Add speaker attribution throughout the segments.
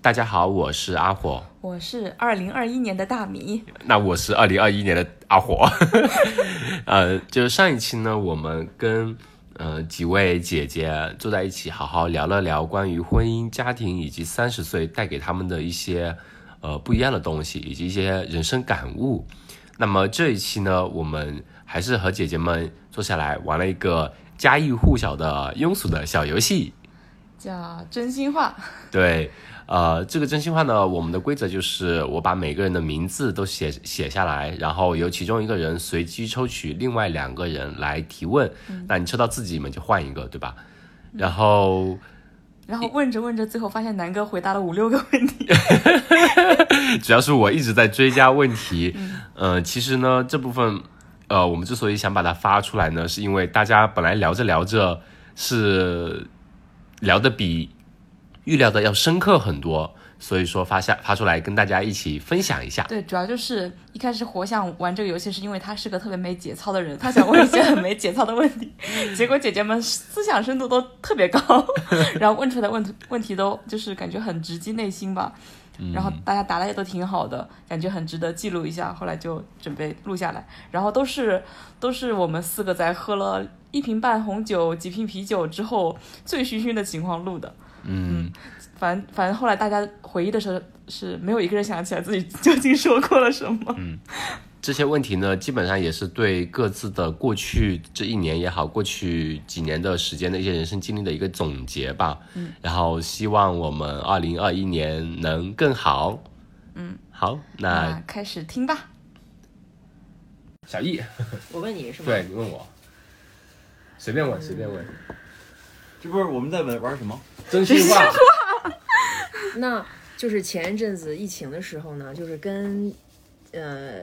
Speaker 1: 大家好，我是阿火。
Speaker 2: 我是二零二一年的大米，
Speaker 1: 那我是二零二一年的阿火。 呃，就是上一期呢，我们跟呃几位姐姐坐在一起，好好聊了聊关于婚姻、家庭以及三十岁带给他们的一些呃不一样的东西，以及一些人生感悟。那么这一期呢，我们还是和姐姐们坐下来玩了一个家喻户晓的庸俗的小游戏。
Speaker 2: 叫真心话。
Speaker 1: 对，呃，这个真心话呢，我们的规则就是我把每个人的名字都写写下来，然后由其中一个人随机抽取另外两个人来提问。那你抽到自己们就换一个，对吧？然后
Speaker 2: 然后问着问着，最后发现南哥回答了五六个问题。
Speaker 1: 主要是我一直在追加问题，呃，其实呢这部分，呃，我们之所以想把它发出来呢，是因为大家本来聊着聊着是聊的比预料的要深刻很多，所以说发下发出来跟大家一起分享一下。
Speaker 2: 对，主要就是一开始火想玩这个游戏，是因为他是个特别没节操的人，他想问一些很没节操的问题，结果姐姐们思想深度都特别高，然后问出来的问问题都就是感觉很直击内心吧。然后大家答的也都挺好的，感觉很值得记录一下。后来就准备录下来，然后都是都是我们四个在喝了一瓶半红酒、几瓶啤酒之后醉醺醺的情况录的。
Speaker 1: 嗯，
Speaker 2: 反正反正后来大家回忆的时候，是没有一个人想起来自己究竟说过了什么。
Speaker 1: 这些问题呢，基本上也是对各自的过去这一年也好，过去几年的时间的一些人生经历的一个总结吧。嗯，然后希望我们二零二一年能更好。嗯，好，那
Speaker 2: 开始听吧。
Speaker 1: 小易，
Speaker 3: 我问你是吗？
Speaker 1: 对你问我，随便问，随便问，
Speaker 4: 这不是我们在玩玩什么？
Speaker 1: 嗯真心话。
Speaker 3: 那就是前一阵子疫情的时候呢，就是跟呃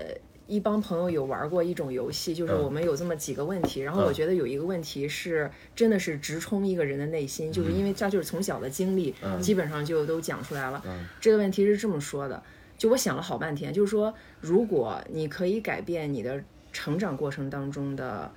Speaker 3: 一帮朋友有玩过一种游戏，就是
Speaker 1: 嗯
Speaker 3: 我们有这么几个问题，然后我
Speaker 1: 嗯
Speaker 3: 觉得有一个问题是真的是直冲一个人的内心，就是因为他就是从小的经历，
Speaker 1: 嗯
Speaker 3: 基本上就都讲出来了。
Speaker 1: 嗯
Speaker 3: 这个问题是这么说的，就我想了好半天，就是说如果你可以改变你的成长过程当中的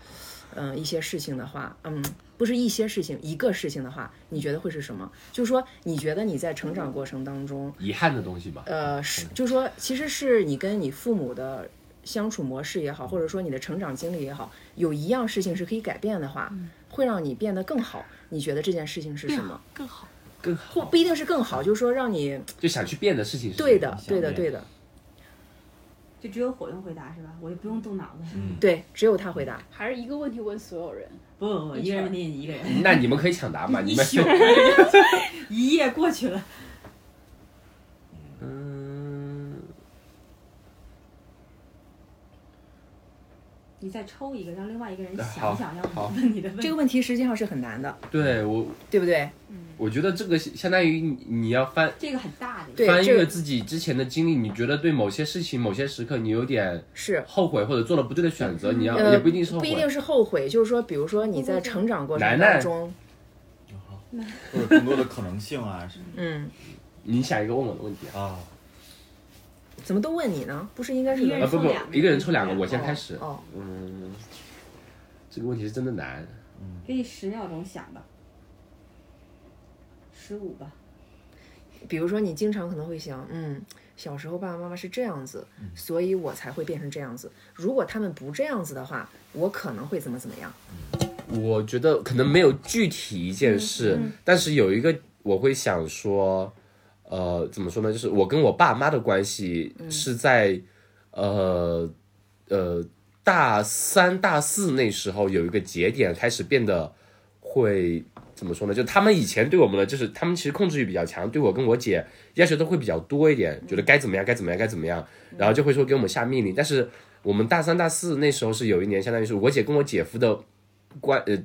Speaker 3: 嗯、呃一些事情的话，嗯，不是一些事情，一个事情的话，你觉得会是什么？就是说，你觉得你在成长过程当中，
Speaker 1: 遗憾的东西吧。
Speaker 3: 呃，是，就是说，其实是你跟你父母的相处模式也好，或者说你的成长经历也好，有一样事情是可以改变的话，会让你变得更好。你觉得这件事情是什么？
Speaker 2: 更好，
Speaker 1: 更
Speaker 3: 或
Speaker 1: 好，
Speaker 3: 不一定是更好，就是说让你
Speaker 1: 就想去变的事情是
Speaker 3: 对的，对的，对的，
Speaker 5: 就只有火用回答是吧？我也不用动脑子，
Speaker 1: 嗯
Speaker 3: 对，只有他回答。
Speaker 6: 还是一个问题问所有人，
Speaker 5: 嗯不不不，一个人问题一个人，
Speaker 1: 那你们可以抢答嘛？你
Speaker 5: 一
Speaker 1: 们
Speaker 5: 宿 一夜过去了。
Speaker 1: 嗯，
Speaker 5: 你再抽一个，让另外一个人
Speaker 1: 好
Speaker 5: 想想要
Speaker 1: 好
Speaker 5: 问你的问
Speaker 3: 这
Speaker 5: 题。
Speaker 3: 个问题实际上是很难的，
Speaker 1: 对我，
Speaker 3: 对不对？
Speaker 1: 我觉得这个相当于你你要翻
Speaker 5: 这个很大的，
Speaker 3: 对
Speaker 1: 翻
Speaker 3: 这
Speaker 1: 阅
Speaker 3: 个
Speaker 1: 自己之前的经历，你觉得对某些事情、某些时刻你有点
Speaker 3: 是。
Speaker 1: 后悔或者做了不对的选择，你要、
Speaker 3: 呃，
Speaker 1: 也不一定是后
Speaker 3: 不
Speaker 1: 悔。
Speaker 3: 一定是后悔，就是说，比如说你在成长过
Speaker 1: 楠
Speaker 3: 程
Speaker 1: 楠
Speaker 3: 当中，
Speaker 4: 或者更多的可能性啊什么
Speaker 3: 嗯，
Speaker 1: 你想一个问我的问题啊？
Speaker 4: 啊？
Speaker 3: 怎么都问你呢？不是应该是
Speaker 5: 一个
Speaker 1: 啊
Speaker 5: 人
Speaker 1: 不
Speaker 5: 抽
Speaker 1: 不
Speaker 5: 两，个
Speaker 1: 一个人抽两个，我先
Speaker 3: 哦
Speaker 1: 开始。
Speaker 3: 哦，
Speaker 1: 嗯，这个问题是真的难。
Speaker 5: 给你十秒钟想吧，十五吧。
Speaker 3: 比如说你经常可能会想，嗯，小时候爸爸妈妈是这样子，
Speaker 1: 嗯
Speaker 3: 所以我才会变成这样子。如果他们不这样子的话，我可能会怎么怎么样？
Speaker 1: 我觉得可能没有具体一件事，但是有一个我会想说，呃，怎么说呢？就是我跟我爸妈的关系是在，呃呃大三大四那时候有一个节点开始变得会怎么说呢？就他们以前对我们的就是他们其实控制欲比较强，对我跟我姐要求都会比较多一点，觉得该怎么样该怎么样该怎么样，然后就会说给我们下命令。但是我们大三大四那时候是有一年，相当于是我姐跟我姐夫的关呃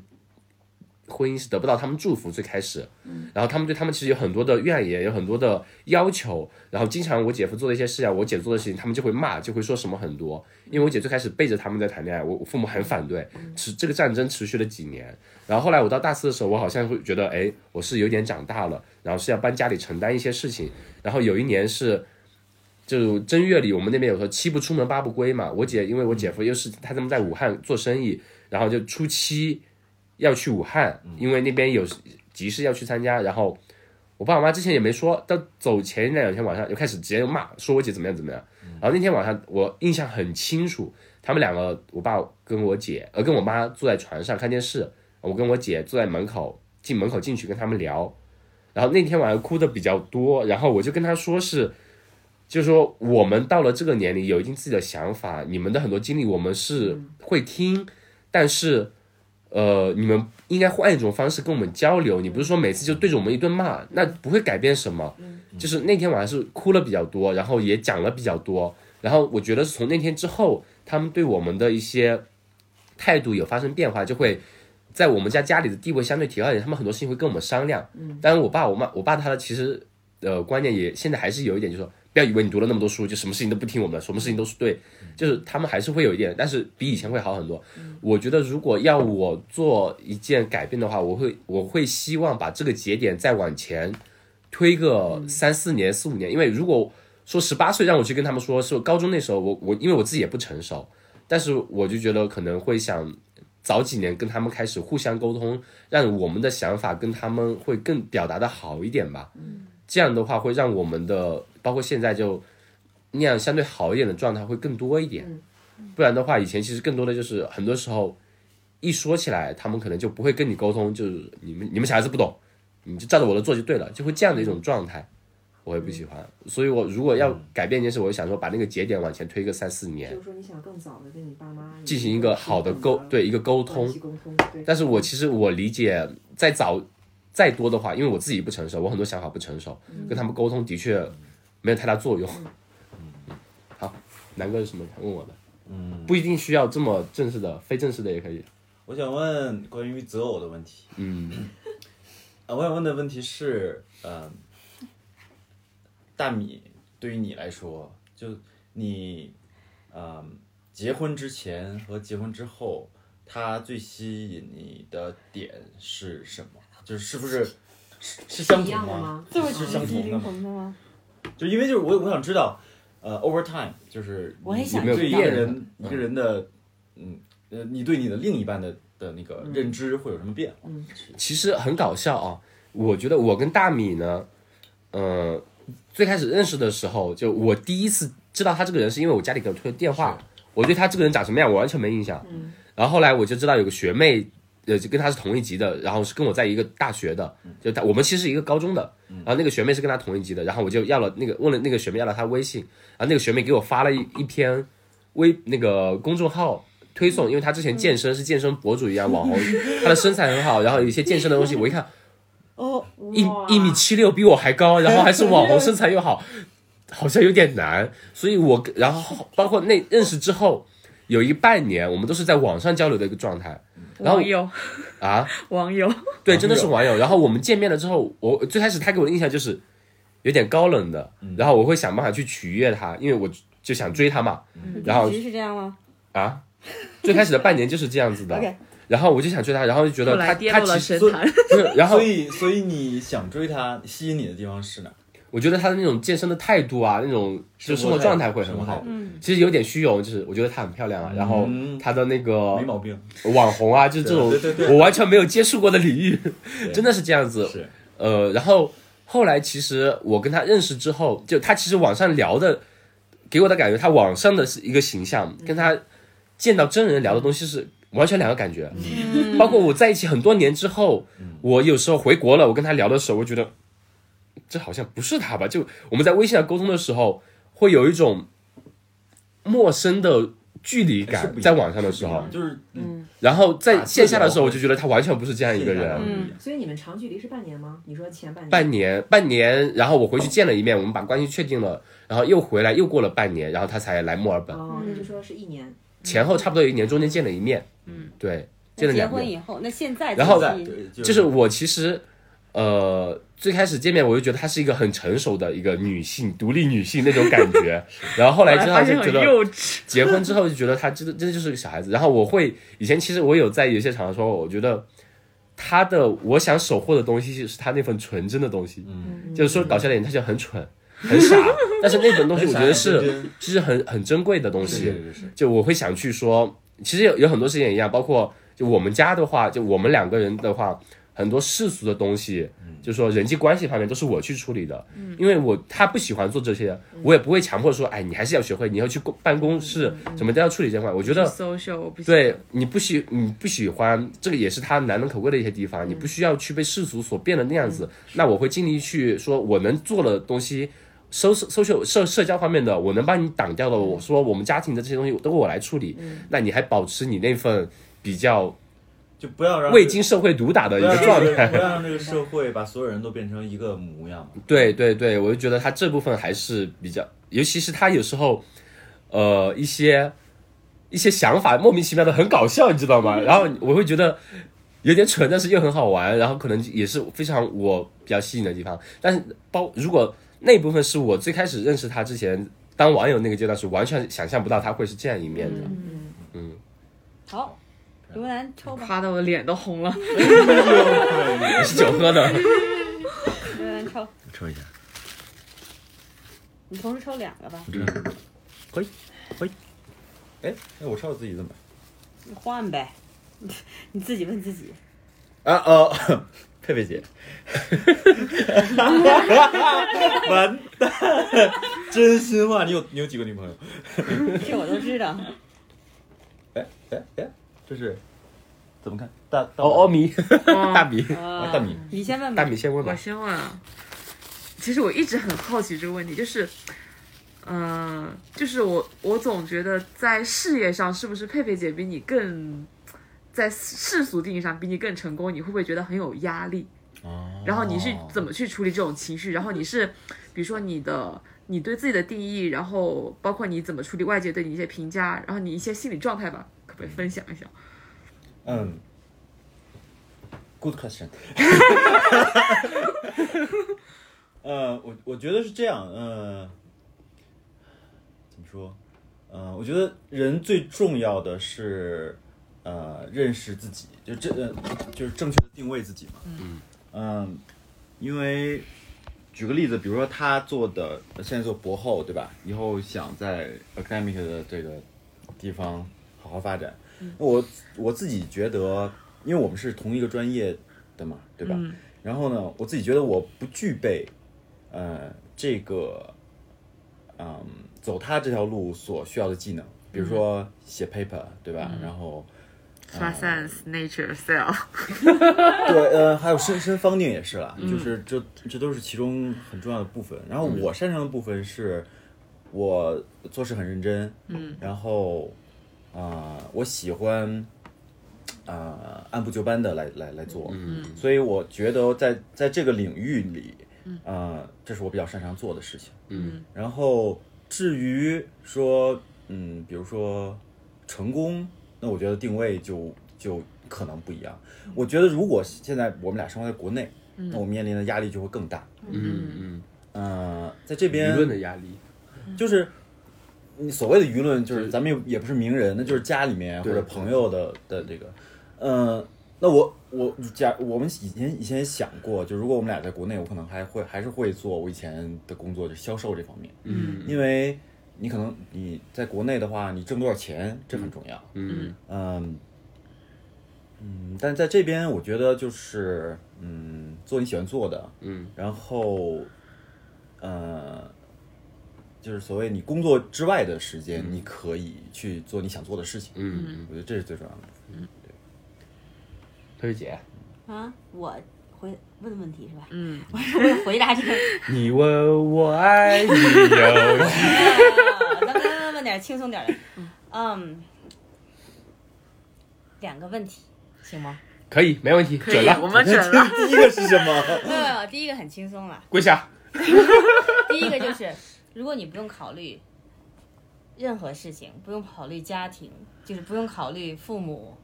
Speaker 1: 婚姻是得不到他们祝福，最开始，嗯然后他们对他们其实有很多的怨言，有很多的要求，然后经常我姐夫做的一些事啊，我姐做的事情，他们就会骂，就会说什么很多，因为我姐最开始背着他们在谈恋爱，我我父母很反对，持这个战争持续了几年，然后后来我到大四的时候，我好像会觉得，哎，我是有点长大了，然后是要帮家里承担一些事情，然后有一年是。就正月里，我们那边有时候七不出门八不归嘛。我姐因为我姐夫又是他他们在武汉做生意，然后就初七要去武汉，因为那边有急事要去参加，然后我爸我妈之前也没说，到走前那两天晚上就开始直接骂，说我姐怎么样怎么样。然后那天晚上我印象很清楚，他们两个，我爸跟我姐，呃，跟我妈坐在床上看电视，我跟我姐坐在门口，进门口进去跟他们聊。然后那天晚上哭的比较多，然后我就跟她说是，就是说我们到了这个年龄，有一定自己的想法，你们的很多经历我们是会听，但是，呃，你们应该换一种方式跟我们交流。你不是说每次就对着我们一顿骂，那不会改变什么。就是那天晚上是哭了比较多，然后也讲了比较多，然后我觉得从那天之后，他们对我们的一些态度有发生变化，就会在我们家家里的地位相对提高一点，他们很多事情会跟我们商量。嗯，当然我爸我妈我爸他的其实呃观念也现在还是有一点，就是说不要以为你读了那么多书，就什么事情都不听我们的，什么事情都是对，就是他们还是会有一点，但是比以前会好很多。我觉得如果要我做一件改变的话，我会我会希望把这个节点再往前推个三四年、四五年，因为如果说十八岁让我去跟他们说，是我高中那时候我我因为我自己也不成熟，但是我就觉得可能会想早几年跟他们开始互相沟通，让我们的想法跟他们会更表达的好一点吧。嗯，这样的话会让我们的包括现在就那样相对好一点的状态会更多一点。不然的话，以前其实更多的就是很多时候一说起来，他们可能就不会跟你沟通，就是你们你们小孩子不懂，你就照着我的做就对了，就会这样的一种状态，我也不喜欢。所以我如果要改变一件事，我就想说把那个节点往前推个三四
Speaker 5: 就
Speaker 1: 年，
Speaker 5: 是说你想更早的跟你爸妈
Speaker 1: 进行一个好的
Speaker 3: 嗯
Speaker 1: 沟对一个沟通
Speaker 5: 啊关。系沟通，对，
Speaker 1: 但是我其实我理解，再早再多的话，因为我自己不成熟，我很多想法不成熟，跟他们沟通的确没有太大作用。好，南哥有什么想问我的？嗯，不一定需要这么正式的，非正式的也可以。
Speaker 4: 我想问关于择偶的问题。嗯，啊，我想问的问题是，嗯、大米对于你来说，就你，嗯、结婚之前和结婚之后，他最吸引你的点是什么？就是是不是是是相
Speaker 5: 一
Speaker 4: 同
Speaker 5: 样的
Speaker 4: 吗
Speaker 5: 吗？？
Speaker 4: 是相同的吗？
Speaker 2: 的吗？
Speaker 4: 就因为就是我我想知道，呃，over time 就是
Speaker 2: 我也
Speaker 4: 你
Speaker 2: 想
Speaker 4: 你对
Speaker 1: 知
Speaker 4: 一
Speaker 1: 道
Speaker 4: 个人一个人的，嗯呃，你对你的另一半的的那个认知会有什么变化？
Speaker 1: 其实很搞笑啊。我觉得我跟大米呢，呃，最开始认识的时候，就我第一次知道他这个人，是因为我家里给我推的电话，我对他这个人长什么样我完全没印象。然后后来我就知道有个学妹，呃，就跟他是同一级的，然后是跟我在一个大学的，就他我们其实是一个高中的，然后那个学妹是跟他同一级的，然后我就要了那个问了那个学妹要了她微信，然后那个学妹给我发了一一篇微那个公众号推送，因为她
Speaker 2: 嗯
Speaker 1: 之前健身是健身博主一样网红， 她的身材很好，然后有一些健身的东西，我一看
Speaker 5: 哦，
Speaker 1: 一
Speaker 5: 哇
Speaker 1: 一米七六比我还高，然后还是网红，身材又好， 好像有点难。所以我跟然后包括那认识之后，有一半年我们都是在网上交流的一个状态然后
Speaker 2: 嗯网友
Speaker 1: 啊，
Speaker 2: 网友，
Speaker 1: 对，真的是网友。然后我们见面了之后，我最开始他给我的印象就是有点高冷的，然后我会想办法去取悦他，因为我就想追他嘛。然后
Speaker 5: 是这样吗？
Speaker 1: 啊， 最开始的半年就是这样子的
Speaker 5: OK。
Speaker 1: 然后我就想追他，然后就觉
Speaker 2: 后
Speaker 1: 得他
Speaker 2: 来跌
Speaker 1: 他
Speaker 2: 落了
Speaker 1: 其实
Speaker 2: 神坛。
Speaker 1: 不是，然后
Speaker 4: 所以所以你想追他，吸引你的地方是哪？
Speaker 1: 我觉得他的那种健身的态度啊，那种就生活状态会很
Speaker 4: 生活态
Speaker 1: 好
Speaker 4: 度。
Speaker 5: 嗯
Speaker 4: 嗯
Speaker 1: 其实有点虚荣，就是我觉得她很漂亮啊，然后她的那个
Speaker 4: 没毛病，
Speaker 1: 网红啊，就是这种
Speaker 4: 对对对
Speaker 1: 我完全没有接触过的领域，真的是这样子。
Speaker 4: 是
Speaker 1: 呃，然后后来其实我跟他认识之后，就他其实网上聊的，给我的感觉，他网上的是一个形象，跟他见到真人聊的东西是完全两个感觉。包括我在一起很多年之后，
Speaker 4: 嗯
Speaker 1: 我有时候回国了，我跟他聊的时候，我觉得这好像不是他吧？就我们在微信上沟通的时候，会有一种陌生的距离
Speaker 4: 哎是
Speaker 1: 感
Speaker 4: 不，一样
Speaker 1: 在网上的时
Speaker 4: 是不一
Speaker 1: 候
Speaker 4: 样。就是嗯，
Speaker 1: 然后在
Speaker 4: 打字
Speaker 1: 线下的
Speaker 4: 聊
Speaker 1: 时候，我
Speaker 4: 会
Speaker 1: 就觉得他完全不是这样一个人。
Speaker 4: 嗯，
Speaker 5: 所以你们长距离是半年吗？你说前
Speaker 3: 嗯
Speaker 5: 半年，
Speaker 1: 半年，半年，然后我回去见了一面，我们把关系确定了，然后又回来，又过了半年，然后他才来墨尔本，
Speaker 5: 哦，
Speaker 3: 嗯
Speaker 5: 那就说是一年。
Speaker 1: 前后差不多有一年，中间见了一面，嗯，对，见了
Speaker 6: 结
Speaker 1: 两
Speaker 6: 婚
Speaker 1: 面，
Speaker 6: 以后，那现在
Speaker 1: 然后
Speaker 6: 自己
Speaker 4: 对，
Speaker 1: 就是我其实，呃，最开始见面我就觉得她是一个很成熟的一个女性，独立女性那种感觉，然后后来知道
Speaker 2: 发
Speaker 1: 就
Speaker 2: 现
Speaker 1: 觉
Speaker 2: 很
Speaker 1: 得
Speaker 2: 幼稚。
Speaker 1: 结婚之后就觉得他真的真的就是个小孩子。然后我会以前其实我有在有些场合说，我觉得他的我想守护的东西是他那份纯真的东西，嗯，就是 说搞笑点，他就很蠢。很傻，但是那份东西我觉得
Speaker 4: 很傻
Speaker 1: 是
Speaker 4: 很真，
Speaker 1: 其实很很珍贵的东
Speaker 4: 是
Speaker 1: 西。
Speaker 4: 是是
Speaker 1: 就我会想去说，其实有有很多事情也一样，包括就我们家的话，就我们两个人的话，很多世俗的东西，就说人际关系方面都是我去处理的，
Speaker 7: 嗯
Speaker 1: 因为我他不喜欢做这些，我也不会强迫说，哎，你还是要学会，你要去公办公室什么都要处理这块。我觉得
Speaker 7: 嗯 social 我不行
Speaker 1: 对你不喜你不喜欢这个也是他难能可贵的一些地方，你
Speaker 7: 嗯
Speaker 1: 不需要去被世俗所变的那样子。那我会尽力去说我能做的东西，收收社社社交方面的，我能帮你挡掉的。我说我们家庭的这些东西都我来处理，那你还保持你那份比较
Speaker 8: 就不要让
Speaker 1: 未经社会毒打的
Speaker 8: 不
Speaker 1: 一
Speaker 8: 要
Speaker 1: 个
Speaker 8: 让
Speaker 1: 状
Speaker 8: 这个不
Speaker 1: 态。
Speaker 8: 要让这个社会把所有人都变成一个模样 嘛。
Speaker 1: 对对对，我就觉得他这部分还是比较，尤其是他有时候，呃，一些一些想法莫名其妙的很搞笑，你知道吗？然后我会觉得有点蠢，但是又很好玩，然后可能也是非常我比较吸引的地方。但是包如果那部分是我最开始认识他之前当网友那个阶段是完全想象不到他会是这样一面的。
Speaker 5: 好，刘兰抽吧，
Speaker 6: 夸的我脸都红了。
Speaker 1: 你是酒 喝的，
Speaker 5: 刘兰抽，
Speaker 8: 抽一下，
Speaker 5: 你同时抽两个吧，
Speaker 8: 这样，嘿，嘿，哎，哎，我抽到自己的么？
Speaker 5: 你换呗， 你自己问自己。
Speaker 8: 啊哦，佩佩姐， 完蛋，真心话，你有你有几个女朋友？
Speaker 5: 这我都 知道。
Speaker 8: 哎哎哎，这是怎么看？大大
Speaker 1: 哦哦米， 大米，
Speaker 5: 啊
Speaker 8: 啊大米，
Speaker 5: 你先问吧。
Speaker 1: 大米先问
Speaker 6: 我
Speaker 1: 吧。
Speaker 6: 先问啊，其实我一直很好奇这个问题，就是，嗯、就是我我总觉得在事业上，是不是佩佩姐比你更在世俗定义上比你更成功？你会不会觉得很有压力？然后你是怎么去处理这种情绪？然后你是，比如说你的你对自己的定义，然后包括你怎么处理外界对你一些评价，然后你一些心理状态吧，可不可以分享一下？
Speaker 8: 嗯，good question 。 呃，我我觉得是这样，呃，怎么说？呃，我觉得人最重要的是，呃，认识自己，就这，呃就是正确的定位自己嘛。嗯。因为举个例子，比如说他做的现在做博后，对吧？以后想在 academic 的这个地方好好发展。我我自己觉得，因为我们是同一个专业的嘛，对吧？然后呢，我自己觉得我不具备，呃，这个，嗯，走他这条路所需要的技能，比如说写 paper，对吧？然后
Speaker 6: 发散 nature self，
Speaker 8: 对，呃，还有身身方定也是啦，就是这这都是其中很重要的部分。然后我擅长的部分是，我做事很认真，嗯，然后啊、呃我喜欢啊、呃按部就班的来来来做，嗯，所以我觉得在在这个领域里，嗯、这是我比较擅长做的事情，嗯。然后至于说，嗯，比如说成功，那我觉得定位就就可能不一样。我觉得如果现在我们俩生活在国内，那我面临的压力就会更大。
Speaker 1: 嗯嗯，
Speaker 8: 呃，在这边
Speaker 1: 舆论的压力，
Speaker 8: 就是你所谓的舆论，就是咱们也也不是名人，那就是家里面或
Speaker 1: 对
Speaker 8: 者朋友的的这个，嗯，那我我假我们以前以前也想过，就如果我们俩在国内，我可能还会还是会做我以前的工作，就是销售这方面，
Speaker 1: 嗯
Speaker 8: 因为你可能你在国内的话，你挣多少钱这很重要，
Speaker 1: 嗯
Speaker 8: 嗯，嗯，但在这边我觉得就是，嗯，做你喜欢做的，
Speaker 1: 嗯，
Speaker 8: 然后，呃，就是所谓你工作之外的时间，你可以去做你想做的事情，
Speaker 1: 嗯，
Speaker 8: 我觉得这是最重要的。
Speaker 1: 推姐，
Speaker 5: 啊，我回问问题是吧？
Speaker 6: 嗯，
Speaker 5: 我是为了回答这个。
Speaker 1: 你问我爱你有几
Speaker 5: 啊咱们问点儿轻松点儿的。嗯，两个问题行吗？
Speaker 1: 可以，没问题，
Speaker 6: 可
Speaker 1: 准
Speaker 6: 以， 我
Speaker 1: 了，
Speaker 6: 们整了。
Speaker 8: 第一个是什么？
Speaker 5: 没有没有，第一个很轻松了。
Speaker 1: 跪下。
Speaker 5: 第一个就是，如果你不用考虑任何事情，不用考虑家庭，就是不用考虑父母，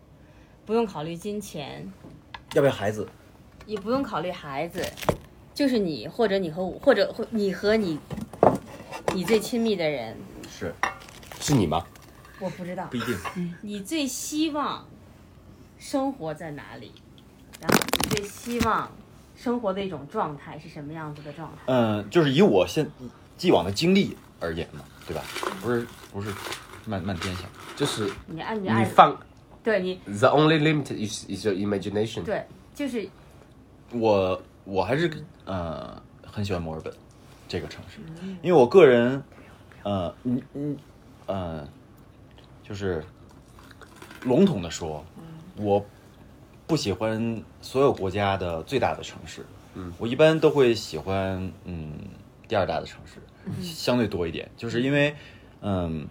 Speaker 5: 不用考虑金钱，
Speaker 8: 要不要孩子？
Speaker 5: 也不用考虑孩子，就是你或者你和我，或者或你和你你最亲密的人，
Speaker 8: 是
Speaker 1: 是你吗？
Speaker 5: 我不知道
Speaker 8: 不一定。
Speaker 5: 你最希望生活在哪里，然后你最希望生活的一种状态是什么样子的状态？
Speaker 8: 嗯，就是以我现既往的经历而言嘛，对吧？不是不是漫漫天想，
Speaker 1: 就是
Speaker 5: 你按你
Speaker 1: 你
Speaker 5: 按
Speaker 1: 放
Speaker 5: 对你
Speaker 1: the only limit is is your imagination。
Speaker 5: 对，就是
Speaker 8: 我我还是呃很喜欢墨尔本这个城市，因为我个人呃嗯嗯呃就是笼统的说，我不喜欢所有国家的最大的城市，嗯，我一般都会喜欢嗯第二大的城市，相对多一点，就是因为嗯